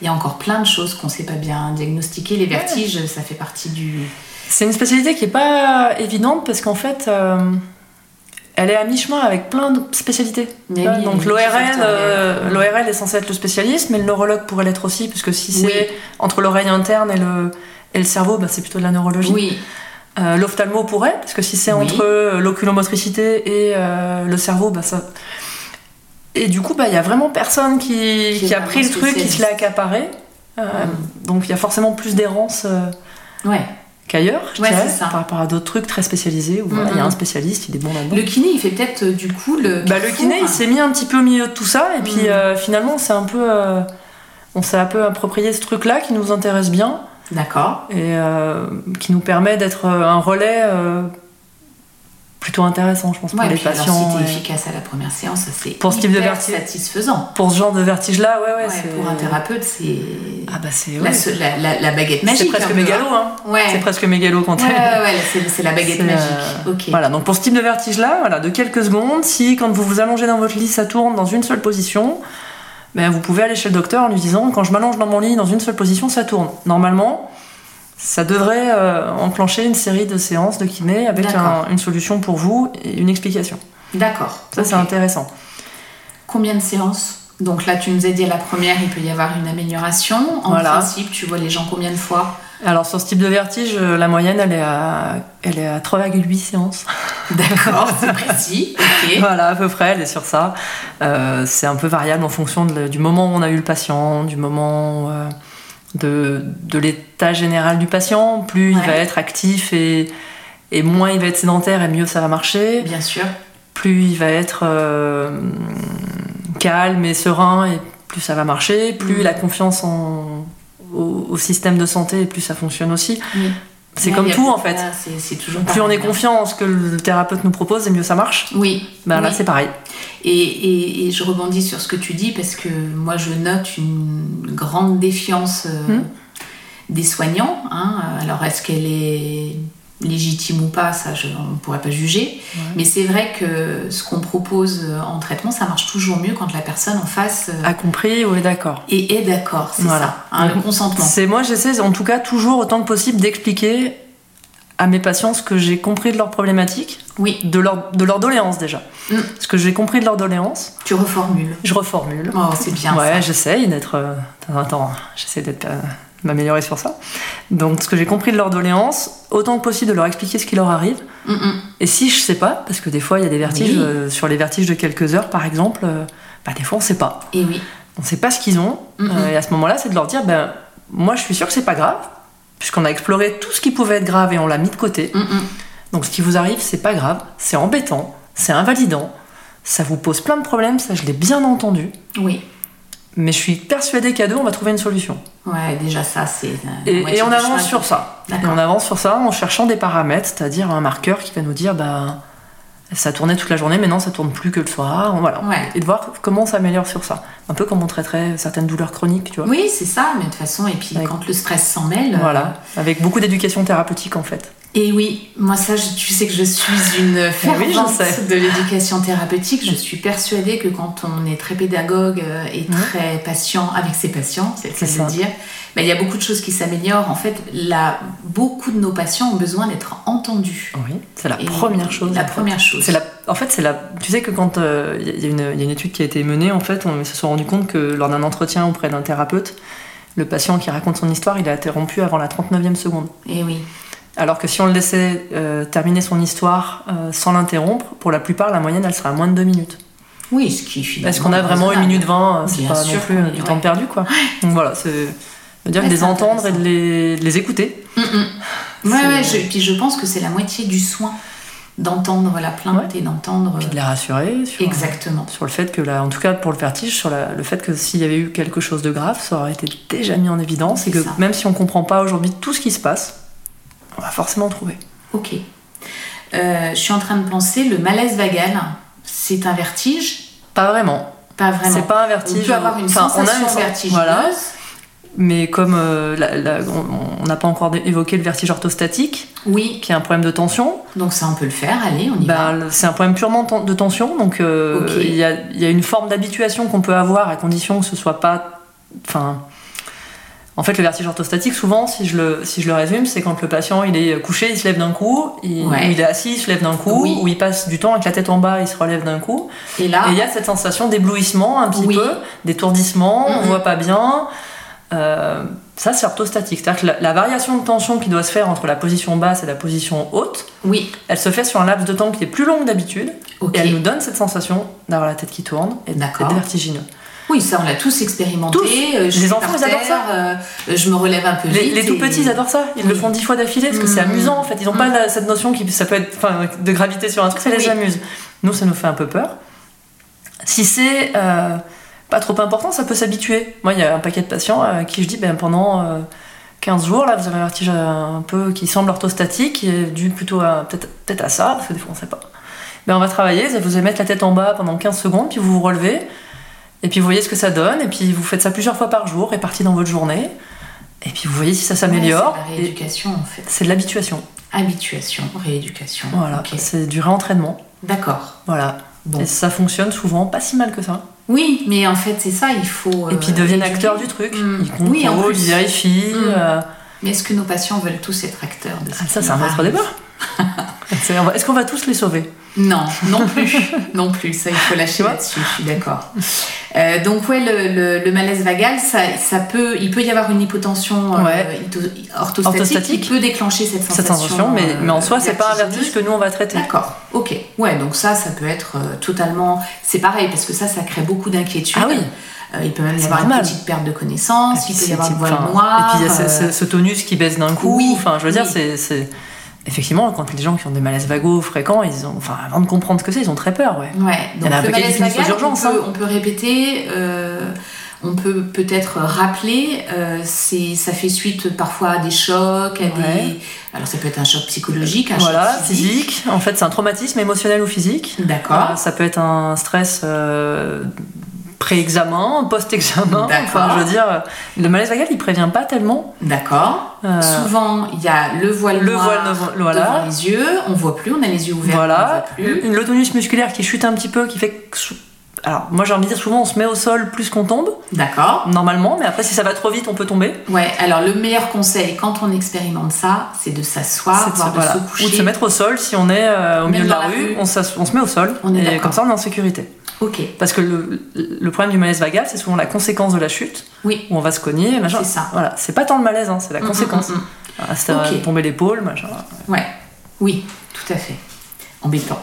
Speaker 3: il y a encore plein de choses qu'on sait pas bien diagnostiquer. Les vertiges, ça fait partie du.
Speaker 2: C'est une spécialité qui est pas évidente parce qu'en fait, euh, elle est à mi-chemin avec plein de spécialités.
Speaker 3: Mais oui,
Speaker 2: Donc
Speaker 3: il y a
Speaker 2: l'ORL,
Speaker 3: multifactoriel.
Speaker 2: euh, l'ORL est censé être le spécialiste, mais le neurologue pourrait l'être aussi, puisque si c'est
Speaker 3: Oui.
Speaker 2: entre l'oreille interne et le, et le cerveau, bah, c'est plutôt de la neurologie.
Speaker 3: Oui.
Speaker 2: Euh, L'ophtalmo pourrait, parce que si c'est
Speaker 3: Oui.
Speaker 2: entre euh, l'oculomotricité et euh, le cerveau, bah, ça... Et du coup, bah, il y a vraiment personne qui,
Speaker 3: Qui est
Speaker 2: qui a
Speaker 3: vraiment Mm.
Speaker 2: pris le truc, qui se l'a accaparé. Euh, Donc il y a forcément plus d'errance. euh,
Speaker 3: Ouais.
Speaker 2: qu'ailleurs, je
Speaker 3: Ouais,
Speaker 2: dirais,
Speaker 3: c'est ça.
Speaker 2: par rapport à d'autres trucs très spécialisés où voilà, il y a
Speaker 3: Mhm.
Speaker 2: un spécialiste, il est bon là-dedans.
Speaker 3: Le kiné, il fait peut-être euh, du coup le.
Speaker 2: Bah, le
Speaker 3: carrefour,
Speaker 2: kiné,
Speaker 3: hein.
Speaker 2: il s'est mis un petit peu au milieu de tout ça, et puis
Speaker 3: Mhm.
Speaker 2: euh, finalement, c'est un peu. euh, on s'est un peu approprié ce truc-là qui nous intéresse bien
Speaker 3: D'accord.
Speaker 2: et euh, qui nous permet d'être euh, un relais euh, plutôt intéressant, je pense, pour
Speaker 3: Ouais,
Speaker 2: les
Speaker 3: puis alors,
Speaker 2: patients.
Speaker 3: si t'es
Speaker 2: ouais.
Speaker 3: efficace à la première séance, c'est
Speaker 2: Pour ce type de
Speaker 3: hyper
Speaker 2: vertige.
Speaker 3: satisfaisant.
Speaker 2: Pour ce genre de vertige-là, ouais, ouais,
Speaker 3: Ouais,
Speaker 2: c'est.
Speaker 3: pour un thérapeute, c'est
Speaker 2: Ah bah c'est.
Speaker 3: la,
Speaker 2: ouais.
Speaker 3: se- la- la- la baguette magique.
Speaker 2: C'est
Speaker 3: un
Speaker 2: presque
Speaker 3: peu,
Speaker 2: mégalo,
Speaker 3: hein.
Speaker 2: hein.
Speaker 3: Ouais.
Speaker 2: C'est presque mégalo quand
Speaker 3: Ouais,
Speaker 2: elle-
Speaker 3: ouais, ouais, c'est c'est la baguette
Speaker 2: C'est,
Speaker 3: magique.
Speaker 2: euh,
Speaker 3: Ok.
Speaker 2: Voilà, donc pour ce type de vertige-là, voilà, de quelques secondes, si quand vous vous allongez dans votre lit, ça tourne dans une seule position, ben, vous pouvez aller chez le docteur en lui disant quand je m'allonge dans mon lit dans une seule position, ça tourne. Normalement, ça devrait euh, enclencher une série de séances de kiné avec
Speaker 3: D'accord.
Speaker 2: un- une solution pour vous et une explication.
Speaker 3: D'accord.
Speaker 2: Ça, c'est
Speaker 3: Ok.
Speaker 2: intéressant.
Speaker 3: Combien de séances Donc là, tu nous as dit à la première, il peut y avoir une amélioration. En
Speaker 2: Voilà.
Speaker 3: principe, tu vois les gens combien de fois
Speaker 2: Alors, sur ce type de vertige, euh, la moyenne, elle est à, elle est à 3,8 séances.
Speaker 3: D'accord, c'est précis. Ok.
Speaker 2: Voilà, à peu près, elle est sur ça. Euh, c'est un peu variable en fonction de- du moment où on a eu le patient, du moment euh, de, de l'état général du patient. Plus
Speaker 3: Ouais.
Speaker 2: il va être actif et, et moins il va être sédentaire et mieux ça va marcher.
Speaker 3: Bien sûr.
Speaker 2: Plus il va être euh, calme et serein et plus ça va marcher. Plus
Speaker 3: Mhm.
Speaker 2: la confiance en- au, au système de santé et plus ça fonctionne aussi.
Speaker 3: Oui.
Speaker 2: C'est
Speaker 3: Mm. Ouais,
Speaker 2: comme
Speaker 3: il y a
Speaker 2: tout
Speaker 3: pas-
Speaker 2: en fait.
Speaker 3: C'est c'est toujours
Speaker 2: Plus on
Speaker 3: pareil,
Speaker 2: est
Speaker 3: hein.
Speaker 2: confiant en ce que le thérapeute nous propose et mieux ça marche.
Speaker 3: Oui.
Speaker 2: Ben là
Speaker 3: oui.
Speaker 2: c'est pareil.
Speaker 3: Et, et- et je rebondis sur ce que tu dis parce que moi je note une grande défiance euh,
Speaker 2: Hmm.
Speaker 3: des soignants. hein. Alors est-ce qu'elle est légitime ou pas, ça je- on ne pourrait pas juger. Mais c'est vrai que ce qu'on propose euh, en traitement, ça marche toujours mieux quand la personne en face euh,
Speaker 2: A compris, oui d'accord.
Speaker 3: et est d'accord, c'est
Speaker 2: Voilà.
Speaker 3: ça, hein, le
Speaker 2: Donc,
Speaker 3: consentement.
Speaker 2: C'est moi, j'essaie en tout cas toujours autant que possible d'expliquer à mes patients ce que j'ai compris de leur problématique,
Speaker 3: Oui,
Speaker 2: de leur, de leur doléance déjà.
Speaker 3: Mm.
Speaker 2: Ce que j'ai compris de leur doléance,
Speaker 3: tu reformules.
Speaker 2: je reformule.
Speaker 3: Oh, c'est bien
Speaker 2: ouais,
Speaker 3: ça.
Speaker 2: j'essaye d'être. euh, Attends, attends, j'essaie d'être. euh, m'améliorer sur ça. Donc, ce que j'ai compris de leur doléance, autant que possible de leur expliquer ce qui leur arrive.
Speaker 3: Mm, mm.
Speaker 2: Et si je sais pas, parce que des fois il y a des vertiges,
Speaker 3: Oui.
Speaker 2: euh, sur les vertiges de quelques heures par exemple, euh, bah, des fois on sait pas.
Speaker 3: Et oui,
Speaker 2: on sait pas ce qu'ils ont.
Speaker 3: Mhm.
Speaker 2: Euh, et à ce moment-là, c'est de leur dire, ben, moi je suis sûr que c'est pas grave, puisqu'on a exploré tout ce qui pouvait être grave et on l'a mis de côté.
Speaker 3: Mm, mm.
Speaker 2: Donc ce qui vous arrive, c'est pas grave, c'est embêtant, c'est invalidant, ça vous pose plein de problèmes, ça je l'ai bien entendu.
Speaker 3: oui,
Speaker 2: Mais je suis persuadée qu'à deux, on va trouver une solution.
Speaker 3: Ouais, déjà ça, c'est. la
Speaker 2: Et,
Speaker 3: moitié
Speaker 2: et on
Speaker 3: du
Speaker 2: avance
Speaker 3: chemin.
Speaker 2: sur ça. Et
Speaker 3: D'accord.
Speaker 2: on avance sur ça en cherchant des paramètres, c'est-à-dire un marqueur qui va nous dire bah ça tournait toute la journée, mais non, ça tourne plus que le soir. Voilà.
Speaker 3: Ouais.
Speaker 2: Et de voir comment on s'améliore sur ça. Un peu comme on traiterait certaines douleurs chroniques, tu vois.
Speaker 3: Oui, c'est ça, mais de toute façon, et puis
Speaker 2: Ouais.
Speaker 3: quand le stress s'en mêle. euh,
Speaker 2: Voilà. Avec beaucoup d'éducation thérapeutique en fait.
Speaker 3: Et oui, moi ça, je- tu sais que je suis une fervente
Speaker 2: Eh Oui, je sais.
Speaker 3: de l'éducation thérapeutique. Je suis persuadée que quand on est très pédagogue euh, et
Speaker 2: Mhm.
Speaker 3: très patient avec ses patients, c'est
Speaker 2: C'est
Speaker 3: le cas
Speaker 2: ça.
Speaker 3: de le dire, ben, il y a beaucoup de choses qui s'améliorent. En fait, là, beaucoup de nos patients ont besoin d'être entendus.
Speaker 2: Oui. C'est la
Speaker 3: Et
Speaker 2: première chose.
Speaker 3: La
Speaker 2: en fait.
Speaker 3: première chose.
Speaker 2: C'est la, en fait, c'est la. Tu sais que quand euh, il y, a une- y a une étude qui a été menée, en fait, on se sont rendu compte que lors d'un entretien auprès d'un thérapeute, le patient qui raconte son histoire, il a interrompu avant la 39e seconde.
Speaker 3: Et Eh oui.
Speaker 2: Alors que si on le laissait euh, terminer son histoire euh, sans l'interrompre, pour la plupart, la moyenne, elle serait à moins de 2 minutes.
Speaker 3: Oui, ce qui finalement.
Speaker 2: Est-ce qu'on a vraiment 1
Speaker 3: raisonnable.
Speaker 2: minute 20 euh, C'est
Speaker 3: Bien
Speaker 2: pas
Speaker 3: sûr
Speaker 2: non plus euh, du
Speaker 3: qu'on est,
Speaker 2: temps
Speaker 3: ouais.
Speaker 2: perdu, quoi. Donc voilà, c'est... C'est-à-dire
Speaker 3: Ouais,
Speaker 2: de les
Speaker 3: c'est
Speaker 2: entendre et de
Speaker 3: intéressant.
Speaker 2: les, de les écouter.
Speaker 3: Ouais,
Speaker 2: C'est-
Speaker 3: ouais, je- puis je pense que c'est la moitié du soin d'entendre la plainte et d'entendre. euh,
Speaker 2: Puis de les rassurer sur,
Speaker 3: Exactement.
Speaker 2: sur le fait que, là, en tout cas pour le vertige, sur la- le fait que s'il y avait eu quelque chose de grave, ça aurait été déjà mis en évidence et
Speaker 3: C'est
Speaker 2: que
Speaker 3: ça.
Speaker 2: même si on comprend pas aujourd'hui tout ce qui se passe, on va forcément trouver.
Speaker 3: Ok. Euh, je suis en train de penser, le malaise vagal, c'est un vertige
Speaker 2: Pas vraiment.
Speaker 3: Pas vraiment.
Speaker 2: C'est pas un vertige.
Speaker 3: On peut avoir une
Speaker 2: Enfin, on a
Speaker 3: sensation
Speaker 2: une sen-
Speaker 3: vertigineuse.
Speaker 2: Voilà. Mais comme euh, la- la- on on n'a pas encore dé- évoqué le vertige orthostatique,
Speaker 3: Oui,
Speaker 2: qui est un problème de tension,
Speaker 3: donc ça on peut le faire, allez, on y
Speaker 2: ben,
Speaker 3: va.
Speaker 2: le- c'est un problème purement ten- de tension. Donc euh,
Speaker 3: Ok.
Speaker 2: il y, a, il y a une forme d'habituation qu'on peut avoir à condition que ce soit pas. Enfin. En fait, le vertige orthostatique, souvent, si je le, si je le résume, c'est quand le patient il est couché, il se lève d'un coup, il,
Speaker 3: Ouais.
Speaker 2: ou il est assis, il se lève d'un coup,
Speaker 3: Oui.
Speaker 2: ou il passe du temps avec la tête en bas, il se relève d'un coup.
Speaker 3: Et là,
Speaker 2: Et il y a cette sensation d'éblouissement un petit
Speaker 3: Oui.
Speaker 2: peu, d'étourdissement, on
Speaker 3: Mhm.
Speaker 2: voit pas bien. Euh, ça, c'est orthostatique. C'est-à-dire que la, la variation de tension qui doit se faire entre la position basse et la position haute,
Speaker 3: oui,
Speaker 2: elle se fait sur un laps de temps qui est plus long que d'habitude.
Speaker 3: ok.
Speaker 2: Et elle nous donne cette sensation d'avoir la tête qui tourne et
Speaker 3: D'accord.
Speaker 2: d'être vertigineux.
Speaker 3: Oui, ça on l'a tous expérimenté.
Speaker 2: Tous.
Speaker 3: euh, je
Speaker 2: Les
Speaker 3: suis
Speaker 2: enfants,
Speaker 3: par
Speaker 2: ils adorent
Speaker 3: terre, euh, je me relève un peu
Speaker 2: Les,
Speaker 3: vite.
Speaker 2: les tout
Speaker 3: et-
Speaker 2: petits, ils adorent ça. Ils le
Speaker 3: Oui.
Speaker 2: font dix fois d'affilée parce que c'est
Speaker 3: Mhm.
Speaker 2: amusant en fait. Ils n'ont pas la- cette notion qui, ça peut être, enfin, de gravité sur un truc, ça les
Speaker 3: Oui.
Speaker 2: amuse. Nous, ça nous fait un peu peur. Si c'est euh, pas trop important, ça peut s'habituer. Moi, il y a un paquet de patients euh, à qui je dis ben, pendant euh, 15 jours, là, vous avez un vertige euh, un peu qui semble orthostatique, qui est dû plutôt à peut-être peut-être à ça, parce que des fois on sait pas. Ben, on va travailler, ça- vous allez mettre la tête en bas pendant 15 secondes, puis vous vous relevez, et puis vous voyez ce que ça donne, et puis vous faites ça plusieurs fois par jour, réparti dans votre journée, et puis vous voyez si ça s'améliore.
Speaker 3: Ouais, c'est la
Speaker 2: Et
Speaker 3: rééducation en fait.
Speaker 2: c'est de l'habituation,
Speaker 3: Habituation, rééducation.
Speaker 2: voilà,
Speaker 3: Ok.
Speaker 2: c'est du réentraînement,
Speaker 3: D'accord.
Speaker 2: voilà.
Speaker 3: Bon.
Speaker 2: Et ça fonctionne souvent pas si mal que ça.
Speaker 3: Oui, mais en fait c'est ça, il faut.
Speaker 2: Et
Speaker 3: euh,
Speaker 2: puis ils deviennent
Speaker 3: éduquer.
Speaker 2: acteurs du truc.
Speaker 3: Mm.
Speaker 2: Ils contrôlent,
Speaker 3: Oui, en plus.
Speaker 2: ils vérifient.
Speaker 3: Mm.
Speaker 2: euh,
Speaker 3: Mais est-ce que nos patients veulent tous être acteurs de ce
Speaker 2: ah, ça,
Speaker 3: qui
Speaker 2: c'est un
Speaker 3: leur
Speaker 2: autre
Speaker 3: arrive
Speaker 2: débat. C'est- Est-ce qu'on va tous les sauver
Speaker 3: Non, non plus, non plus. Ça, il faut lâcher là-dessus. Je suis d'accord. Euh, donc ouais, le, le- le malaise vagal, ça, ça peut, il peut y avoir une hypotension euh,
Speaker 2: Ouais.
Speaker 3: hito- orthostatique,
Speaker 2: Orthostatique.
Speaker 3: qui peut déclencher cette sensation.
Speaker 2: Cette sensation, mais,
Speaker 3: euh,
Speaker 2: mais en soi, c'est pas un vertige
Speaker 3: vertigineuse.
Speaker 2: que nous on va traiter.
Speaker 3: D'accord. Ok. Ouais, donc ça, ça peut être euh, totalement. C'est pareil parce que ça, ça crée beaucoup d'inquiétude.
Speaker 2: Ah oui.
Speaker 3: Euh, il peut même y
Speaker 2: C'est
Speaker 3: avoir
Speaker 2: normal.
Speaker 3: une petite perte de connaissance. Il peut y avoir une voile
Speaker 2: Enfin,
Speaker 3: noire.
Speaker 2: Et puis il y a ce, ce-
Speaker 3: euh,
Speaker 2: ce tonus qui baisse d'un coup.
Speaker 3: oui,
Speaker 2: enfin, je veux dire,
Speaker 3: oui.
Speaker 2: c'est- c'est. Effectivement, quand les gens qui ont des malaises vagos fréquents, ils ont, enfin, avant de comprendre ce que c'est, ils ont très peur, ouais.
Speaker 3: Ouais,
Speaker 2: Il y
Speaker 3: donc
Speaker 2: en a un
Speaker 3: le
Speaker 2: paquet qui
Speaker 3: malaise
Speaker 2: finissent aux
Speaker 3: vagal, on,
Speaker 2: urgences,
Speaker 3: peut,
Speaker 2: hein.
Speaker 3: on peut répéter, euh, on peut peut-être rappeler, euh, c'est- ça fait suite parfois à des chocs, à
Speaker 2: Ouais.
Speaker 3: des... Alors ça peut être un choc psychologique, un
Speaker 2: Voilà,
Speaker 3: choc Ah, physique.
Speaker 2: physique. En fait, c'est un traumatisme émotionnel ou physique.
Speaker 3: D'accord.
Speaker 2: Euh, Ça peut être un stress euh, pré-examen, post-examen.
Speaker 3: D'accord.
Speaker 2: Enfin, je veux dire, le malaise vagal, il prévient pas tellement.
Speaker 3: D'accord.
Speaker 2: Euh,
Speaker 3: Souvent, il y a le voile
Speaker 2: le
Speaker 3: noir
Speaker 2: voile noir- voilà.
Speaker 3: devant les yeux, on voit plus, on a les yeux ouverts,
Speaker 2: Voilà,
Speaker 3: on voit plus.
Speaker 2: une, le tonus musculaire qui chute un petit peu, qui fait que. sou- Alors, moi j'ai envie de dire souvent on se met au sol plus qu'on tombe,
Speaker 3: D'accord.
Speaker 2: normalement, mais après si ça va trop vite on peut tomber.
Speaker 3: Ouais, alors le meilleur conseil quand on expérimente ça, c'est de s'asseoir,
Speaker 2: C'est de se-
Speaker 3: voire bah, de
Speaker 2: voilà.
Speaker 3: se coucher.
Speaker 2: Ou de se mettre au sol si on est euh, au
Speaker 3: Même
Speaker 2: milieu de la,
Speaker 3: dans la
Speaker 2: rue,
Speaker 3: rue.
Speaker 2: on, s'asse- on se met au sol,
Speaker 3: On est
Speaker 2: et
Speaker 3: d'accord.
Speaker 2: comme ça on est en sécurité.
Speaker 3: Ok,
Speaker 2: Parce que le, le problème du malaise vagal, c'est souvent la conséquence de la chute,
Speaker 3: oui,
Speaker 2: où on va se cogner, machin.
Speaker 3: c'est ça.
Speaker 2: Voilà, c'est pas tant le malaise, hein, c'est la
Speaker 3: Mm,
Speaker 2: conséquence.
Speaker 3: mm, mm, mm.
Speaker 2: Ah, c'est à
Speaker 3: Ok.
Speaker 2: tomber l'épaule, machin.
Speaker 3: Ouais, oui, tout à fait. Embêtant.